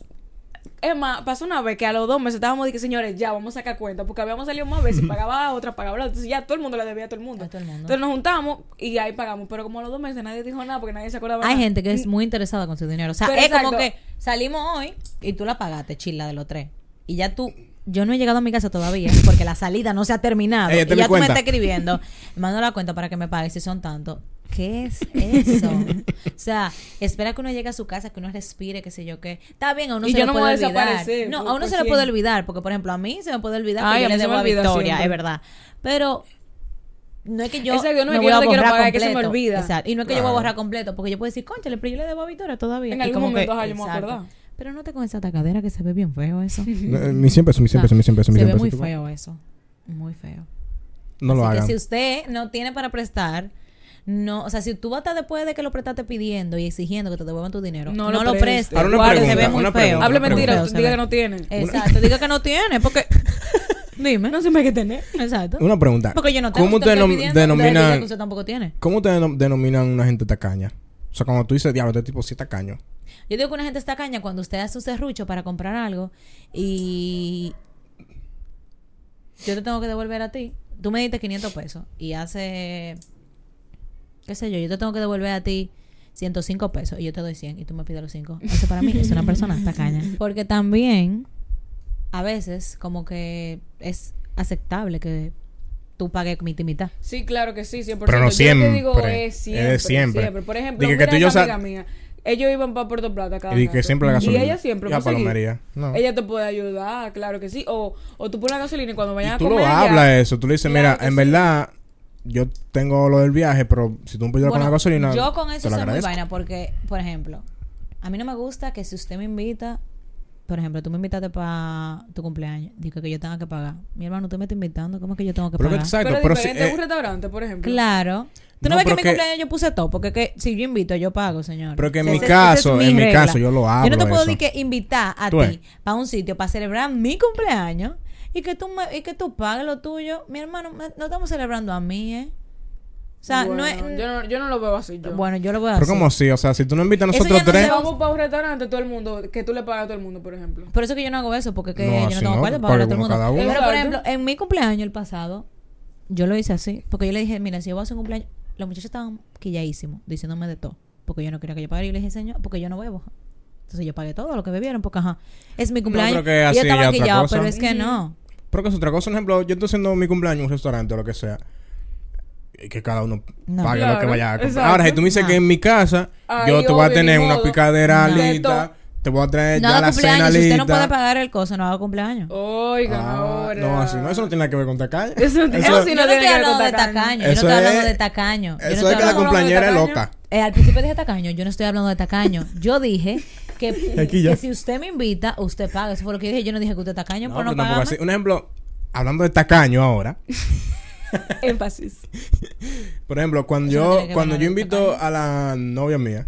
D: Es más, pasó una vez que a los dos meses estábamos de que, señores, ya vamos a sacar cuenta, porque habíamos salido más veces, pagaba a otra, pagaba a otra, entonces ya todo el mundo le debía a todo el mundo.
B: A todo el mundo.
D: Entonces nos juntamos y ahí pagamos, pero como a los dos meses nadie dijo nada porque nadie se acordaba.
B: Hay
D: nada.
B: gente que es muy interesada con su dinero. O sea,
D: Pero
B: es
D: exacto.
B: como que salimos hoy y tú la pagaste, chila de los tres. Y ya tú. Yo no he llegado a mi casa todavía porque la salida no se ha terminado.
C: Ey,
B: y
C: esta es mi
B: ya tú me
C: cuenta.
B: estás escribiendo. Mando la cuenta para que me pagues si son tantos. ¿Qué es eso? o sea, espera que uno llegue a su casa, que uno respire, qué sé yo qué. Está bien, a uno
D: Y
B: se
D: yo
B: le
D: no me
B: puede
D: voy a
B: olvidar.
D: desaparecer,
B: No,
D: por-
B: a uno
D: por
B: se le puede
D: siempre.
B: olvidar, porque por ejemplo, a mí se me puede olvidar que
D: Ay, a
B: yo
D: mí
B: le
D: se me
B: debo a
D: olvida
B: Victoria,
D: siempre.
B: es verdad. Pero no es que yo
D: Exacto, no
B: me
D: es que
B: voy
D: yo
B: a
D: le quiero
B: borrar
D: pagar, es que se me
B: completo.
D: olvida.
B: Exacto. Y no es que yo
C: Claro.
B: voy a borrar completo, porque yo puedo decir, conchale, pero yo le debo a Victoria todavía.
D: En
B: Y
D: algún
B: como
D: momento,
B: que,
D: ajá, yo me voy a
B: exacto.
D: acordar.
B: Pero no te con esa tacadera que se ve bien feo eso.
C: Eh, Mis 100 pesos, mis 100 pesos, mis 100 pesos. mis
B: se ve
C: 100 pesos,
B: muy
C: tú-
B: feo eso. Muy feo.
C: No lo
B: Así que
C: hagan.
B: si usted no tiene para prestar, no, o sea, si tú vas a estar después de que lo prestaste pidiendo y exigiendo que te devuelvan tu dinero,
D: No
B: no,
D: lo
B: lo
D: preste.
B: prestes.
C: Ahora una
B: Guarda, se
C: pregunta,
B: ve muy
C: una
B: feo.
C: pregunta,
D: Hable
C: una pregunta.
D: mentira,
B: Feo se
D: diga
B: ve.
D: que no tiene.
B: Exacto, diga que no tiene, porque dime.
D: No se me que tener.
B: Exacto.
C: Una pregunta.
B: Porque yo no tengo.
C: ¿Cómo
B: usted
C: ustedes
B: me está
C: nom-
B: pidiendo, diga
C: denominan
B: que usted tampoco tiene.
C: ¿Cómo ustedes denom- denominan una gente tacaña? O sea, cuando tú dices, diablo, este tipo sí es tacaño.
B: Yo digo que una gente está caña cuando usted hace un serrucho para comprar algo y yo te tengo que devolver a ti. Tú me diste 500 pesos y hace, qué sé yo, yo te tengo que devolver a ti 105 pesos y yo te doy 100 y tú me pides los 5. Eso para mí es una persona tacaña. Porque también a veces como que es aceptable que tú pagues mitad y mitad.
D: Sí, claro que sí, 100%.
C: Pero no
D: Yo lo
C: siempre,
D: que digo
C: es de
D: es siempre.
C: siempre.
D: Por ejemplo,
C: Dije que
D: mira
C: tú y yo
D: esa
C: sal-
D: amiga mía. Ellos iban para Puerto Plata cada
C: Y que
D: rato.
C: siempre la gasolina.
D: Y ella siempre.
C: Y a
D: pues, sí.
C: palomería. No.
D: Ella te puede ayudar, claro que sí. O, o tú pones la gasolina y cuando vayan
C: Y
D: a
C: tú
D: comer
C: lo
D: allá-
C: hablas eh, eso. Tú le dices,
D: Claro
C: mira,
D: que
C: en
D: sí.
C: verdad, yo tengo lo del viaje, pero si tú me pides con la gasolina.
B: Yo con eso
C: te
B: soy
C: lo
B: muy
C: agradezco.
B: vaina porque, por ejemplo, a mí no me gusta que si usted me invita, por ejemplo, tú me invitaste para tu cumpleaños, digo que yo tenga que pagar. Mi hermano, tú me está invitando, ¿cómo es que yo tengo que
C: Pero que
B: pagar?
C: exacto,
D: Pero,
C: pero si-
D: diferente a un
C: eh,
D: restaurante, por ejemplo.
B: Claro. Tú no,
C: No,
B: ves que
C: pero
B: en mi
C: que-
B: cumpleaños yo puse todo, porque que si yo invito, yo pago, señor.
C: Pero que en mi
B: esa es
C: caso,
B: mi
C: en mi
B: regla.
C: caso, yo lo
B: Yo no te
C: hablo
B: puedo
C: eso.
B: decir que invitar a
C: Tú ves.
B: ti para un sitio para celebrar mi cumpleaños y que tú me- y que tú pagues lo tuyo. Mi hermano, me- no estamos celebrando a mí, ¿eh? O sea,
D: Bueno,
B: no es.
D: yo, no, yo no lo veo así. Yo.
B: Bueno, yo lo voy a
C: Pero
B: hacer.
C: como sí, o sea, si tú no invitas a
B: Eso ya
C: nosotros
B: no
C: tres.
B: se va-
D: Vamos para un restaurante, todo el mundo, que tú le pagas a todo el mundo, por ejemplo.
B: Por eso que yo no hago eso, porque que
C: No,
B: yo
C: así
B: no tengo
C: no,
B: cuarto
C: que
B: para pagar a todo
C: pague
B: el
C: uno
B: mundo.
C: cada uno.
B: Pero, por
D: Exacto.
B: ejemplo, en mi cumpleaños el pasado, yo lo hice así, porque yo le dije, mira, si yo voy a hacer un cumpleaños, los muchachos estaban quilladísimos, diciéndome de todo, porque yo no quería que yo pagara. Y yo les dije, señor, porque yo no bebo. Entonces yo pagué todo lo que bebieron, porque ajá, es mi cumpleaños.
C: creo que
B: y
C: así
B: yo
C: ya
B: estaba
C: otra
B: quillado,
C: cosa.
B: pero es que no.
C: Pero que es otra cosa, por ejemplo, yo estoy haciendo mi cumpleaños en un restaurante o lo que sea. Y que cada uno
B: No.
C: pague lo que
D: Claro,
C: vaya a comprar.
D: exacto.
C: Ahora, si tú me dices
B: No.
C: que en mi casa
D: Ay,
C: yo te voy a
D: obvio,
C: tener
D: ni
C: una
D: modo.
C: picadera
D: No. De
C: lista, te voy a traer
B: No
C: Eh, ya
B: hago
C: la cena
B: cumpleaños, si
C: lista.
B: usted no puede pagar el coso, no haga cumpleaños.
D: Oigan,
C: Ah,
D: ahora.
C: no, así no, eso no tiene nada que ver con tacaño.
D: Eso no tiene- eso sí
B: yo
D: no
B: no
D: tiene
B: estoy
D: que ver
B: hablando
D: con
B: de
D: tacaño.
B: tacaño, yo no
C: Eso
B: estoy hablando
C: es-
B: de tacaño. Yo no estoy
C: Eso es que la
B: hablando-
C: cumpleañera es
D: tacaño.
C: loca.
B: Eh, al principio dije tacaño, yo no estoy hablando de tacaño. Yo dije que,
C: Aquí ya.
B: que si usted me invita, usted paga. Eso fue lo que yo dije. Yo no dije que usted es tacaño,
C: No,
B: por
C: pero
B: no
C: tampoco así.
B: pagarme.
C: Un ejemplo, hablando de tacaño ahora.
D: Énfasis.
C: Por ejemplo, cuando
B: Eso no
C: yo,
B: tiene que
C: cuando
B: ver
C: yo
B: con
C: invito a la novia mía.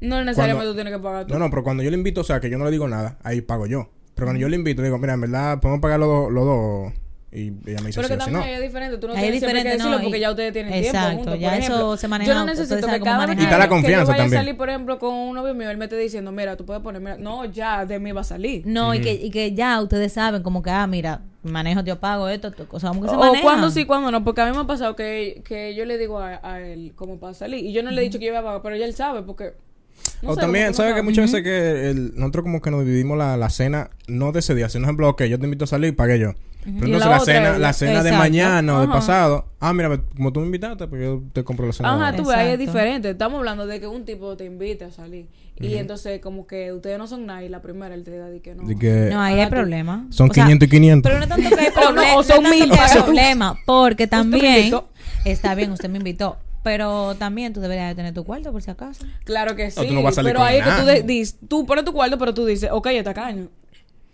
D: No necesariamente
C: Cuando-
D: tú tienes que pagar tú.
C: No, no, pero cuando yo le invito, o sea, que yo no le digo nada, ahí pago yo. Pero cuando yo le invito, le digo, mira, en verdad, podemos pagar los dos. los dos. Y ella me dice, sí
D: Pero que
C: o sí,
D: también
C: no.
D: ahí es diferente. Tú no
B: Ahí
D: tienes
B: es
D: siempre que
B: diferente, no,
D: decirlo
B: y-
D: porque ya ustedes tienen
B: Exacto,
D: tiempo juntos.
B: ya
D: por
B: eso
D: ejemplo.
B: se maneja,
D: Yo no
B: ustedes
D: necesito
B: saben
D: que
B: cómo
D: cada vez que,
B: manejar.
C: Y está la
D: yo- que
C: confianza
D: yo vaya
C: también.
D: a salir, por ejemplo, con un novio mío, él me esté diciendo, mira, tú puedes poner, mira, no, ya de mí va a salir.
B: No, y, que, y que ya ustedes saben como que, ah, mira, manejo, yo pago esto, esto, cosas como que se
D: o
B: manejan.
D: cuando sí, cuando no, porque a mí me ha pasado que, que yo le digo a, a él cómo para salir. Y yo no le he dicho que yo iba a pagar, pero ya él sabe, porque. no
C: o
D: sé, como
C: también,
D: no
C: ¿sabes que
D: sabe.
C: muchas veces que el- nosotros como que nos dividimos la, la cena, no de ese día, sino, por ejemplo, ok, yo te invito a salir, pagué yo. Pero
D: Y
C: entonces
D: la
C: la,
D: otra,
C: cena,
D: el-
C: la cena de
B: exacto.
C: mañana o de
D: Ajá.
C: pasado, ah, mira, me- como tú me invitaste, pues yo te compro la cena.
D: Ajá,
C: de-
D: tú ves, ahí es
B: Exacto.
D: diferente. Estamos hablando de que un tipo te invita a salir. Y entonces, como que ustedes no son nadie, la primera él te diga de que no.
C: de que
B: No, ahí hay problema.
C: son
B: O sea,
C: 500 y 500.
B: Pero no es tanto que hay
D: O no,
B: problema,
D: o son
B: no es tanto
D: mil
B: que hay
D: pesos.
B: problema, porque también
D: invitó.
B: está bien, usted me invitó, pero también tú deberías de tener tu cuarto por si acaso.
D: Claro que sí.
C: No, tú no vas a salir
D: pero
C: con
D: ahí es que tú
C: nadie.
D: de- dices, tú pones tu cuarto, pero tú dices, ok, está caño.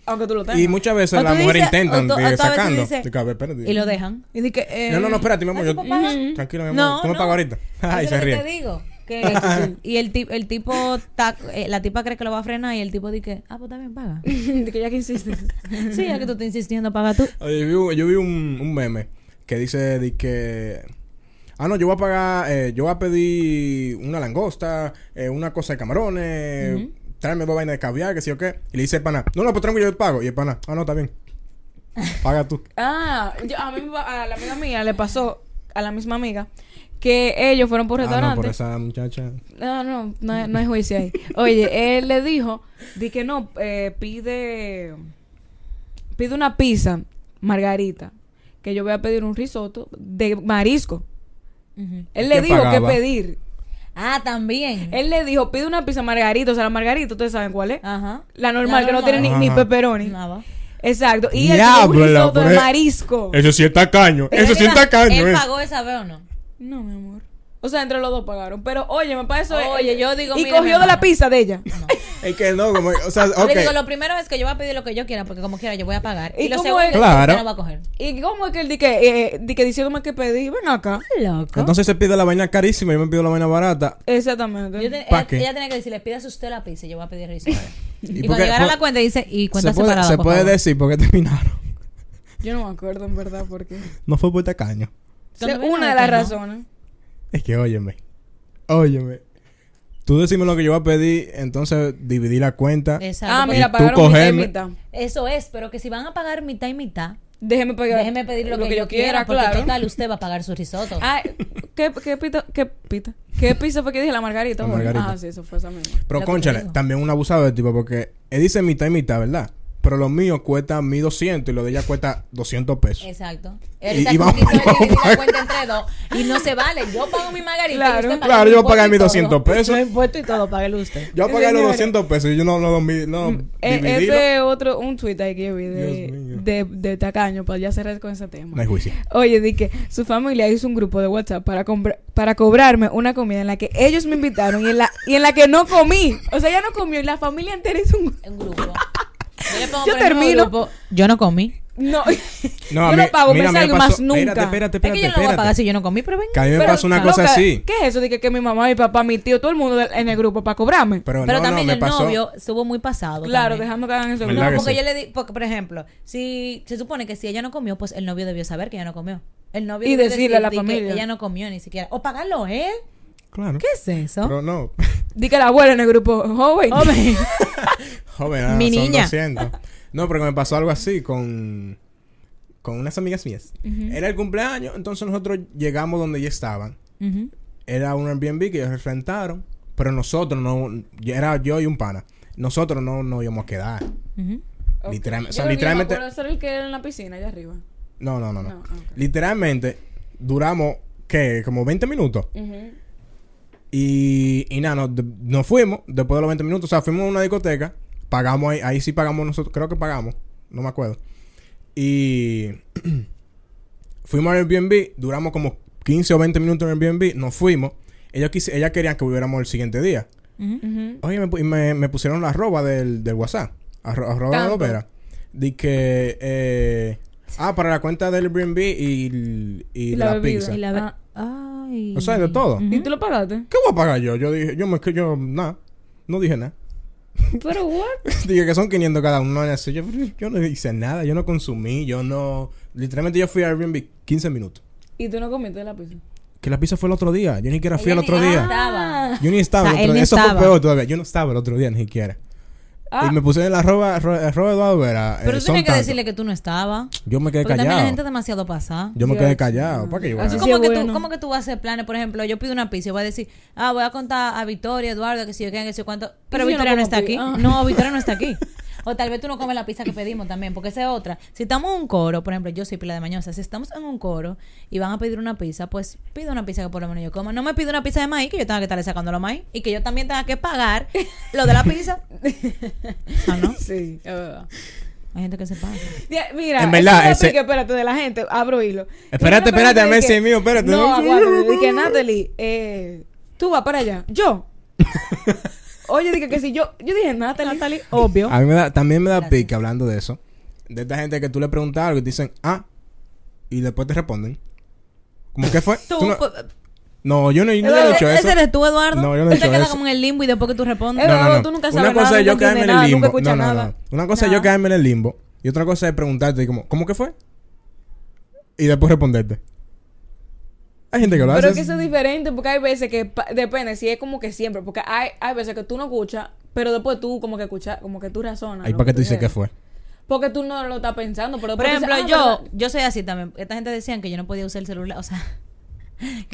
D: Aunque tú lo tengas.
C: Y muchas veces
B: O
C: las
B: tú
C: mujeres
B: dices-
C: intentan
B: o tú- o tú a
C: de
B: veces
C: sacando.
B: dices-
C: De que, a ver, espérate.
B: Y lo dejan. Y di que, eh,
C: no, no, no, espérate, mi amor. Yo,
B: ¿tú pagas?
C: Ujú. Tranquilo, mi amor.
B: No,
C: tú me
B: no.
C: pagas ahorita.
B: Eso
C: Ay, se
B: es lo que
C: ríe.
B: te digo. que- y el, ti- el tipo, ta- eh, la tipa cree que lo va a frenar y el tipo dice, ah, pues también paga.
D: de que ya que insistes.
B: Sí, ya que tú estás insistiendo, paga tú.
C: Oye, yo vi, un- yo vi un, un meme que dice de que. Ah, no, yo voy a pagar. eh, yo voy a pedir una langosta, eh, una cosa de camarones, tráeme dos vainas de caviar, que sí o qué. Y le dice el pana, no, no, pues tranquilo, yo pago. Y el pana, ah, no, está bien. Paga tú.
D: Ah, yo- a, mí, me pa- a la amiga mía le pasó, a la misma amiga, que ellos fueron por
C: Ah, no, por
D: restaurante.
C: esa muchacha.
D: No, no, no, hay- no hay juicio ahí. Oye, él le dijo, di que no, eh, pide, pide una pizza, margarita, que yo voy a pedir un risotto de marisco.
B: Ujú.
D: Él le
C: ¿Quién
D: dijo
C: pagaba?
D: qué pedir.
B: Ah, también.
D: Él le dijo, pide una pizza margarita, o sea, la margarita, ustedes saben cuál es.
B: Ajá.
D: La normal,
B: La
D: que no
B: normal.
D: tiene ni, ni
C: Ajá.
D: pepperoni.
B: Nada.
D: Exacto. Y él pidió un
C: Diablo,
D: risotto de
C: pero-
D: marisco.
C: Eso sí está caño. Eso sí está caño.
B: ¿Él
C: eh.
B: pagó esa vez o no?
D: No, mi amor. O sea, entre los dos pagaron. Pero, oye, me parece.
B: Oye, yo digo,
D: Y
B: mira,
D: cogió
B: mi
D: de la
B: hermano.
D: pizza de ella.
C: Es que no, como. O sea,
B: Yo
C: ok.
B: le digo, lo primero es que yo voy a pedir lo que yo quiera, porque como quiera yo voy a pagar.
D: ¿Y
B: Y, lo
D: cómo
B: segundo
D: es?
B: es que
C: Claro.
B: usted no va a coger.
D: ¿Y cómo es que él di que, eh, di que diciéndome que pedí? Ven acá.
B: Loco.
C: Entonces se pide la vaina carísima, yo me pido la vaina barata.
D: Exactamente.
B: Yo te-
C: ¿Pa'
B: ella,
C: qué?
B: ella tenía que decirle, pídase usted la pizza, yo voy a pedir risotto.
C: ¿Y
B: y
C: por
B: cuando
C: qué-
B: llegara
C: por-
B: la cuenta dice, y cuenta
C: se puede,
B: separada,
C: se
B: por
C: puede
B: favor.
C: decir porque terminaron.
D: Yo no me acuerdo, en verdad, porque.
C: No fue por tacaño.
B: Cuando
D: Sí,
B: venga,
D: una de las
B: ¿no?
D: razones.
C: Es que óyeme. Óyeme. Tú decime lo que yo voy a pedir, entonces dividí la cuenta.
B: Exacto.
D: Ah,
B: porque-
D: mira,
C: tú
D: pagaron mitad y
C: cogerme.
D: mitad.
B: Eso es, pero que si van a pagar mitad y mitad,
D: Déjeme pagar.
B: déjeme pedir lo, que, yo quiera, porque
D: claro.
B: total usted va a pagar su risotto.
D: Ah, ¿qué, qué pita? ¿Qué pita? ¿Qué pizza fue que dije? La margarita.
C: La
D: bueno.
C: margarita.
D: Ah, sí, eso fue esa misma.
C: Pero
B: lo que te
C: conchale,
B: digo.
C: también un abusado del tipo porque él dice mitad y mitad, ¿verdad? Pero lo mío cuesta 1200 y lo de ella cuesta 200 pesos.
B: Exacto.
C: Y-
B: Él
C: y vamos-
B: quiso dividir
C: vamos a
B: la
C: pagar.
B: cuenta entre dos y no se vale. Yo pago mi margarita. y
D: Claro.
B: usted paga
C: Claro,
B: mi
C: yo voy a pagar mis
B: impuesto y todo.
C: 200 pesos.
B: Yo impuesto y todo, páguelo usted.
C: Yo pagué los
D: Señores.
C: 200 pesos y yo no lo domi- no,
B: Mm, eh,
D: E-
C: dividí lo-
D: ese es otro, un tweet ahí que yo vi
C: Dios mío.
D: de, de, de Tacaño, para ya cerrar con ese tema.
C: No hay juicio.
D: Oye, di que su familia hizo un grupo de WhatsApp para, compra- para cobrarme una comida en la que ellos me invitaron y en, la, y en la que no comí. O sea, ella no comió y la familia entera hizo un...
B: En grupo. Yo, le pongo
D: Yo
B: por el mismo
D: termino.
B: grupo, Yo no comí.
C: No,
D: No,
C: a
D: yo
C: mí-
D: no pago,
C: mira, a
D: me
C: mí
D: salgo
C: pasó-
D: más nunca.
C: Espérate, espérate,
B: Es
C: espérate.
B: que yo no lo voy a pagar
C: espérate.
B: si yo no comí, pero venga.
C: Que a mí me
D: Pero,
C: pasó una
D: loca,
C: cosa así.
D: ¿Qué es eso? Dije que, que mi mamá, mi papá, mi tío, todo el mundo del- en el grupo para cobrarme.
C: Pero,
B: Pero
C: no,
B: también
C: no, me
B: el
C: pasó.
B: novio estuvo muy pasado.
D: claro,
B: también.
D: dejando que hagan eso.
C: ¿Verdad
B: No,
C: que
B: porque
C: sí?
B: yo le di, porque, por ejemplo, si se supone que si ella no comió, pues el novio debió saber que ella no comió. El novio
D: Y
B: debió
D: decirle a la
B: decir de que
D: familia.
B: Ella no comió ni siquiera. O pagarlo él.
C: Claro.
B: ¿Qué es eso?
C: Pero no.
D: Di que la abuela en el grupo, joven.
B: Hombre.
C: Joven, ah,
B: Mi
C: son
B: niña.
C: 200. No, porque me pasó algo así con, con unas amigas mías. Era el cumpleaños, entonces nosotros llegamos donde ya estaban.
B: Ujú.
C: Era un Airbnb que ellos rentaron, pero nosotros no, era yo y un pana. Nosotros no nos íbamos a quedar.
B: Ujú.
D: Ok.
C: Literalmente- o
D: Yo
C: sea,
D: creo que yo me
C: literalmente-
D: acuerdo de ser el que era en la piscina allá arriba.
C: No, no, no, no.
D: No, ok.
C: Literalmente duramos, ¿qué? Como 20 minutos.
D: Ujú.
C: Y, y nada, nos, nos fuimos después de los 20 minutos. O sea, fuimos a una discoteca. Pagamos ahí. Ahí sí pagamos nosotros. Creo que pagamos. No me acuerdo. Y fuimos al Airbnb. Duramos como 15 o 20 minutos en el Airbnb. Nos fuimos. Ellos, quise- ellas querían que volviéramos el siguiente día.
D: Ujú.
C: Oye, me, pu- y me- me pusieron la arroba del, del WhatsApp. Arro, arroba
D: Tanto.
C: Lopera. Di que... eh, ah, para la cuenta del Airbnb y, l- y
D: La
C: la,
D: bebida.
C: pizza.
B: Y la
D: Ah.
B: Ay.
C: O sea, de todo.
D: ¿Y tú lo pagaste?
C: ¿Qué voy a pagar yo? Yo dije, yo me que yo nada, no dije nada.
D: Pero what?
C: Dije que son 500 cada uno. y así, Yo, yo no hice nada, yo no consumí, yo no... Literalmente yo fui a Airbnb 15 minutos.
D: ¿Y tú no comiste la pizza?
C: Que la pizza fue el otro día. Yo ni siquiera fui el
B: Ella ni-
C: otro día. Eh,
B: Ah,
C: Yo ni estaba
B: O
C: el
B: sea,
C: otro
B: él
C: día.
B: ni
C: Eso
B: estaba.
C: fue peor todavía. Yo no estaba el otro día ni siquiera.
D: Ah,
C: Y me puse en la arroba, arro- arroba Eduardo Vera. eh,
B: Pero tú
C: son
B: tienes que
C: tanto.
B: decirle que tú no estabas.
C: Yo me quedé
B: Porque también la gente es
C: callado.
B: demasiado pasada.
C: Yo me
D: Dios.
C: quedé callado. ¿Para qué yo voy a-
D: Así
B: ¿Cómo,
D: sí es
B: que tú,
D: bueno.
B: ¿Cómo que tú vas a hacer planes? Por ejemplo, yo pido una pizza y voy a decir, ah, voy a contar a Victoria, Eduardo, que si yo quién, que si yo cuánto. Pero
D: si yo no
B: Victoria no,
D: como
B: está aquí.
D: pi- ah.
B: No, Victoria no está aquí. O tal vez tú no comes la pizza que pedimos también, porque esa es otra. Si estamos en un coro, por ejemplo, yo soy pila de mañosa, si estamos en un coro y van a pedir una pizza, pues pido una pizza que por lo menos yo coma. No me pido una pizza de maíz, que yo tenga que estarle sacando los maíz y que yo también tenga que pagar lo de la pizza. Ah, no.
D: sí, es verdad.
B: Hay gente que se pasa.
D: Ya, Mira,
C: En verdad,
D: ese...
C: ese-
D: espérate, de la gente, abro hilo.
C: Espérate,
D: Y una
C: espérate,
D: persona
C: a mí
D: de que-
C: sí, mío, espérate.
D: No, aguárdate, dije, Natalie, eh, tú vas para allá, yo. Oye, dije que si yo, yo dije, Natalie, Natalie, obvio.
C: A mí me da, también me da pique hablando de eso. De esta gente que tú le preguntas algo y te dicen, ah, y después te responden. ¿Cómo que fue?
B: Tú,
C: Tú no,
B: pues,
C: no, yo no, yo no he
B: ese-
C: dicho eso.
B: ¿Ese eres tú, Eduardo?
C: No, yo no he
B: tú te
C: dicho
B: quedas
C: eso.
B: como en el limbo y después que tú respondes.
D: Eh,
C: No, no, no.
D: Eduardo, tú nunca
C: Una
D: sabes
C: cosa
D: nada,
C: es
D: no
C: yo caerme
D: entiendes
C: en
D: nada,
C: el
D: nunca
C: limbo. No,
D: escuchas
C: no, no.
D: nada.
C: Una cosa es yo caerme en el limbo y otra cosa es preguntarte como, ¿cómo que fue? Y después responderte. Hay gente que lo
D: Pero
C: hace.
D: es que eso es diferente porque hay veces que pa- depende si es como que siempre, porque hay, hay veces que tú no escuchas, pero después tú como que escuchas, como que tú razonas.
C: Ahí
D: lo
C: para que tú dices que
D: dijeron.
C: fue.
D: Porque tú no lo estás pensando, pero
B: Por
D: después
B: ejemplo,
D: dices, ah,
B: yo,
D: ¿verdad?
B: yo soy así también. Esta gente decían que yo no podía usar el celular. O sea,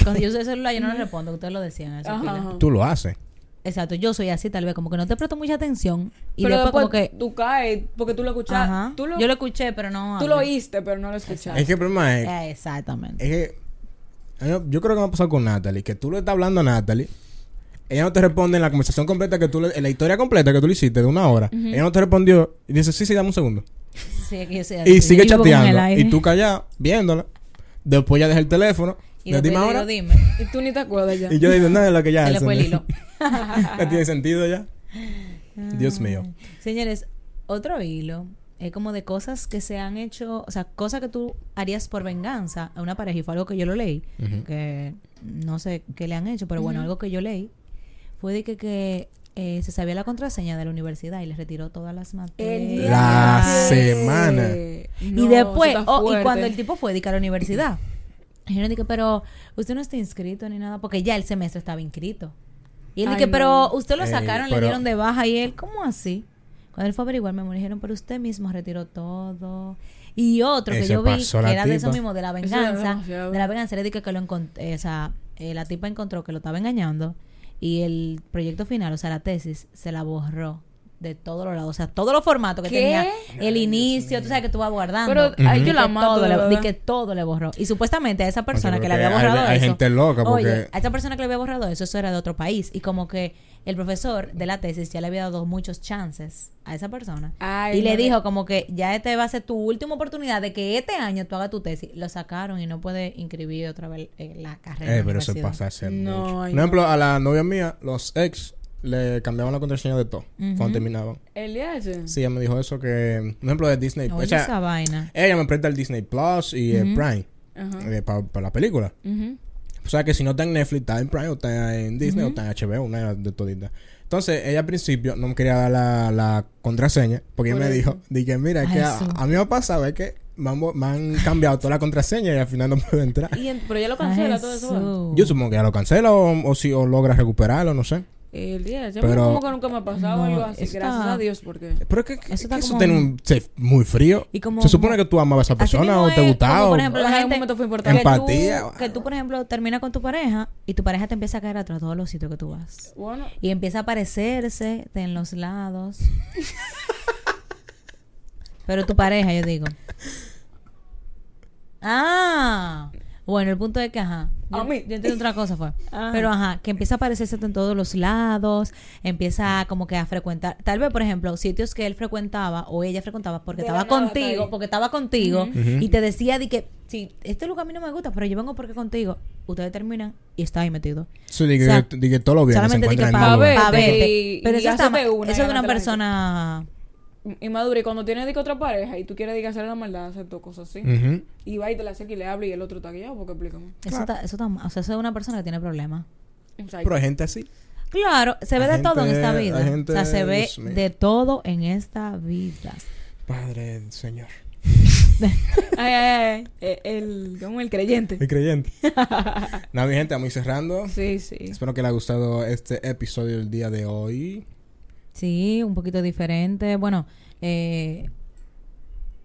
B: cuando yo uso el celular yo no le respondo. Ustedes lo decían. eso,
D: Ajá,
B: pila.
D: ajá.
C: Tú lo haces.
B: Exacto, yo soy así tal vez. Como que no te presto mucha atención. Y
D: pero
B: después,
D: después
B: como que...
D: tú caes porque tú lo escuchas,
B: ajá,
D: tú lo,
B: yo lo escuché, pero no...
D: tú lo
B: hablé.
D: oíste, pero no lo escuchaste.
C: Es que el problema es,
B: Eh, Exactamente.
C: es que a mí- yo creo que me ha pasado con Natalie, que tú le estás hablando a Natalie, ella no te responde en la conversación completa que tú le, en la historia completa que tú le hiciste de una hora. Ella no te respondió y dice, sí, sí, dame un segundo.
B: Sí, es que yo soy así.
C: Y sigue
B: Vivo con el
C: chateando.
B: aire.
C: Y tú callada, viéndola. Después ya deja el teléfono.
B: Y
C: de
B: después
C: dime
B: yo
C: ahora.
B: digo, dime.
D: Y tú ni te acuerdas ya.
C: Y yo digo, nada, lo que ya
B: Se le
C: es.
B: fue el hilo.
C: No tiene sentido ya. Dios mío.
B: Ah. Señores, otro hilo es como de cosas que se han hecho, o sea, cosas que tú harías por venganza a una pareja y fue algo que yo lo leí, que no sé qué le han hecho, pero bueno, algo que yo leí fue de que, que, eh, se sabía la contraseña de la universidad y les retiró todas las materias.
C: La
D: día-
C: semana.
D: No,
B: y después,
D: eso está
B: oh, y
D: fuerte.
B: cuando el tipo fue de que a la universidad, y yo le dije, pero usted no está inscrito ni nada, porque ya el semestre estaba inscrito. Y él
D: Ay,
B: dije, pero
D: no.
B: usted lo
C: Ey,
B: sacaron, le
C: Eh, pero-
B: dieron de baja, y él, ¿cómo así? Cuando él fue a averiguar, me dijeron, pero usted mismo retiró todo. Y otro que
C: Ese
B: yo vi,
C: pasó
B: que
C: la
B: era de eso
C: tipa.
B: mismo, de la
D: Eso es
B: venganza,
D: demasiado.
B: de la venganza, le dije que lo encontré, o sea, eh, la tipa encontró que lo estaba engañando, y el proyecto final, o sea, la tesis, se la borró de todos los lados, o sea, todos los formatos que
D: ¿Qué?
B: tenía, el inicio, tú sabes que tú vas guardando.
D: Pero ay, yo la
B: Que
D: mato,
B: todo
D: de
B: le,
D: verdad.
B: di que todo le borró. Y supuestamente a esa persona
C: creo
B: que le
C: que
B: había
C: hay-
B: borrado
C: hay
B: eso.
C: gente loca, porque-
B: Oye, a esa persona que le había borrado eso, eso era de otro país. Y como que el profesor de la tesis ya le había dado muchos chances a esa persona.
D: Ay,
B: y le
D: no.
B: dijo como que ya este va a ser tu última oportunidad de que este año tú hagas tu tesis. Lo sacaron y no puede inscribir otra vez eh, la carrera.
C: Eh,
B: en la
C: pero eso
B: universidad.
C: pasa a ser
D: No,
C: mucho.
D: ay,
C: Por ejemplo, a la novia mía, los ex le cambiaban la contraseña de todo cuando terminaban.
D: El día ese.
C: Sí, ella me dijo eso que, por ejemplo, de Disney.
B: Oye,
C: o sea,
B: esa vaina.
C: ella me presta el Disney Plus y el Prime
D: Ajá.
B: Ah.
C: para la película.
D: Ujú.
C: O sea que si no está en Netflix, está en Prime, o está en Disney, o está en HBO, una de toditas. Entonces, ella al principio no me quería dar la, la contraseña, porque ella me dijo, dije, mira, es
B: Ay,
C: que a,
B: sí.
C: a mí me ha pasado, es que me han, bo- me han cambiado toda la contraseña y al final no puedo entrar.
D: Y en- pero ya lo cancela todo eso. ¿verdad?
B: Ah, Jesús.
C: Yo supongo que ya lo cancela o, o si o logra recuperarlo, no sé.
D: El día ese.
C: Pero-
D: Pero, como que nunca me ha pasado
B: No,
D: algo así.
B: está-
D: Gracias a Dios, porque.
C: Pero es que que
B: Eso
C: eso,
B: está como-
C: tiene un safe muy frío.
B: Y como-
C: Se supone que tú amabas a esa
B: Así
C: persona
B: mismo
C: o te
B: es,
C: gustaba.
B: como,
C: o-
B: por ejemplo,
D: En
B: la
D: algún
B: gente
D: momento fue importante.
B: Que
C: Empatía.
B: tú, que tú, por ejemplo, terminas con tu pareja y tu pareja te empieza a caer atrás a todos los sitios que tú vas.
D: Bueno,
B: Y empieza a aparecerse en los lados. Pero tu pareja, yo digo. Ah, bueno, el punto es que, ajá. Yo,
D: A mí.
B: yo entiendo otra cosa, fue.
D: Ajá.
B: Pero, ajá, que empieza a aparecerse en todos los lados. Empieza como que a frecuentar. Tal vez, por ejemplo, sitios que él frecuentaba o ella frecuentaba porque
D: De la
B: estaba
D: nada,
B: contigo,
D: tal.
B: porque estaba contigo y te decía de que, si este lugar a mí no me gusta, pero yo vengo porque contigo. Ustedes terminan y está ahí metido.
C: Sí, dije,
B: O sea,
C: que- dije, todo lo bien que se
B: Solamente di
C: encuentra
B: que
C: en
B: para
C: mal lugar.
D: ver.
B: pa'
D: verte
B: verte.
D: y-
B: Pero
D: y
B: eso, está, ma-
D: hacerte una y
B: eso es de una
D: ganarte la
B: persona.
D: inmadura. Y cuando tienes de que otra pareja y tú quieres de que hacer la maldad, hacer todo cosas así.
C: Ujú.
D: Y va y te la acerca y le habla y el otro está guiado, porque explícame.
B: Eso está, eso está ma- o sea, eso es una persona que tiene problemas.
D: O sea,
C: Pero hay gente así.
B: Claro, se ve de
C: Hay
B: todo en
C: gente-
B: esta
C: hay
B: vida.
C: gente,
B: o sea, se ve
C: Dios mío.
B: de todo en esta vida.
C: Padre del Señor.
D: Ay, ay, ay. Eh, El, ¿Cómo? El creyente.
C: El creyente. Nada, mi gente, vamos a ir cerrando.
D: Sí, sí.
C: Espero que les haya gustado este episodio del día de hoy.
B: Sí, un poquito diferente. Bueno, eh,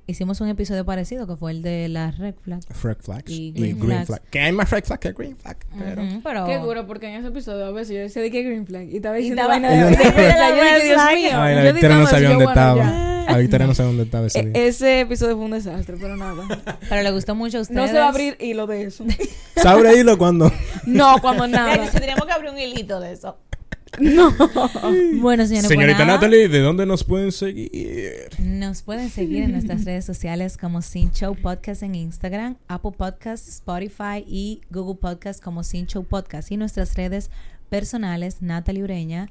B: hicimos un episodio parecido que fue el de las red flags.
C: Red flags
B: Y
C: y,
B: green
C: green,
B: flags.
C: flag. Que hay más red flag que green flag. Pero.
B: Ujú, pero
C: Oh.
D: Qué duro, porque en ese episodio a veces yo decía de que Green Flag y estaba diciendo
B: estaba-
D: vaina de,
C: Y
D: de Green Flag.
B: la
D: Yo dije, Dios
B: red
D: mío.
C: Ay, la
D: Yo
C: Victoria no
D: editaba eso,
C: sabía
D: yo,
C: dónde
D: bueno, ya.
C: estaba. La Victoria no sabía dónde estaba ese día.
B: Eh,
D: E- ese episodio fue un desastre, pero nada.
B: Pero le gustó mucho a ustedes.
D: No se va a abrir hilo de eso.
C: Sabré hilo cuando.
D: No, cuando nada.
A: Tendríamos que abrir un hilito de eso.
D: No.
B: Bueno, señores,
C: Señorita
B: pues nada,
C: Natalie, ¿de dónde nos pueden seguir?
B: Nos pueden seguir en nuestras redes sociales como Sin Show Podcast en Instagram, Apple Podcast, Spotify y Google Podcast como Sin Show Podcast. Y nuestras redes personales, Natalie Ureña,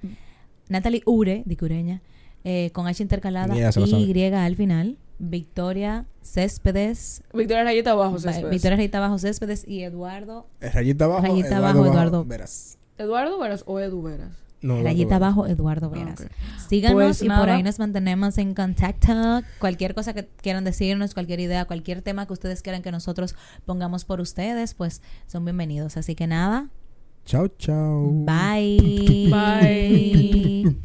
B: Natalie Ure, digo Ureña, eh, con H intercalada
C: Ya se lo sabe.
B: y griega al final, Victoria Céspedes,
D: Victoria Rayeta abajo,
B: Va-
D: Céspedes.
B: Victoria Rita Bajo Céspedes y Eduardo
C: Rayita abajo.
B: Rayita
C: Eduardo
B: abajo,
C: abajo,
B: Eduardo.
C: Veras.
D: ¿Eduardo Veras o Edu Veras?
C: No, Eduardo
B: Rayita
C: Veras. Ah,
B: abajo, Eduardo Veras.
D: ok.
B: Síganos
D: Pues
B: y por
D: nada.
B: ahí nos mantenemos en contacto. Cualquier cosa que quieran decirnos, cualquier idea, cualquier tema que ustedes quieran que nosotros pongamos por ustedes, pues son bienvenidos. Así que nada,
C: Chao, chao.
B: bye.
D: Bye.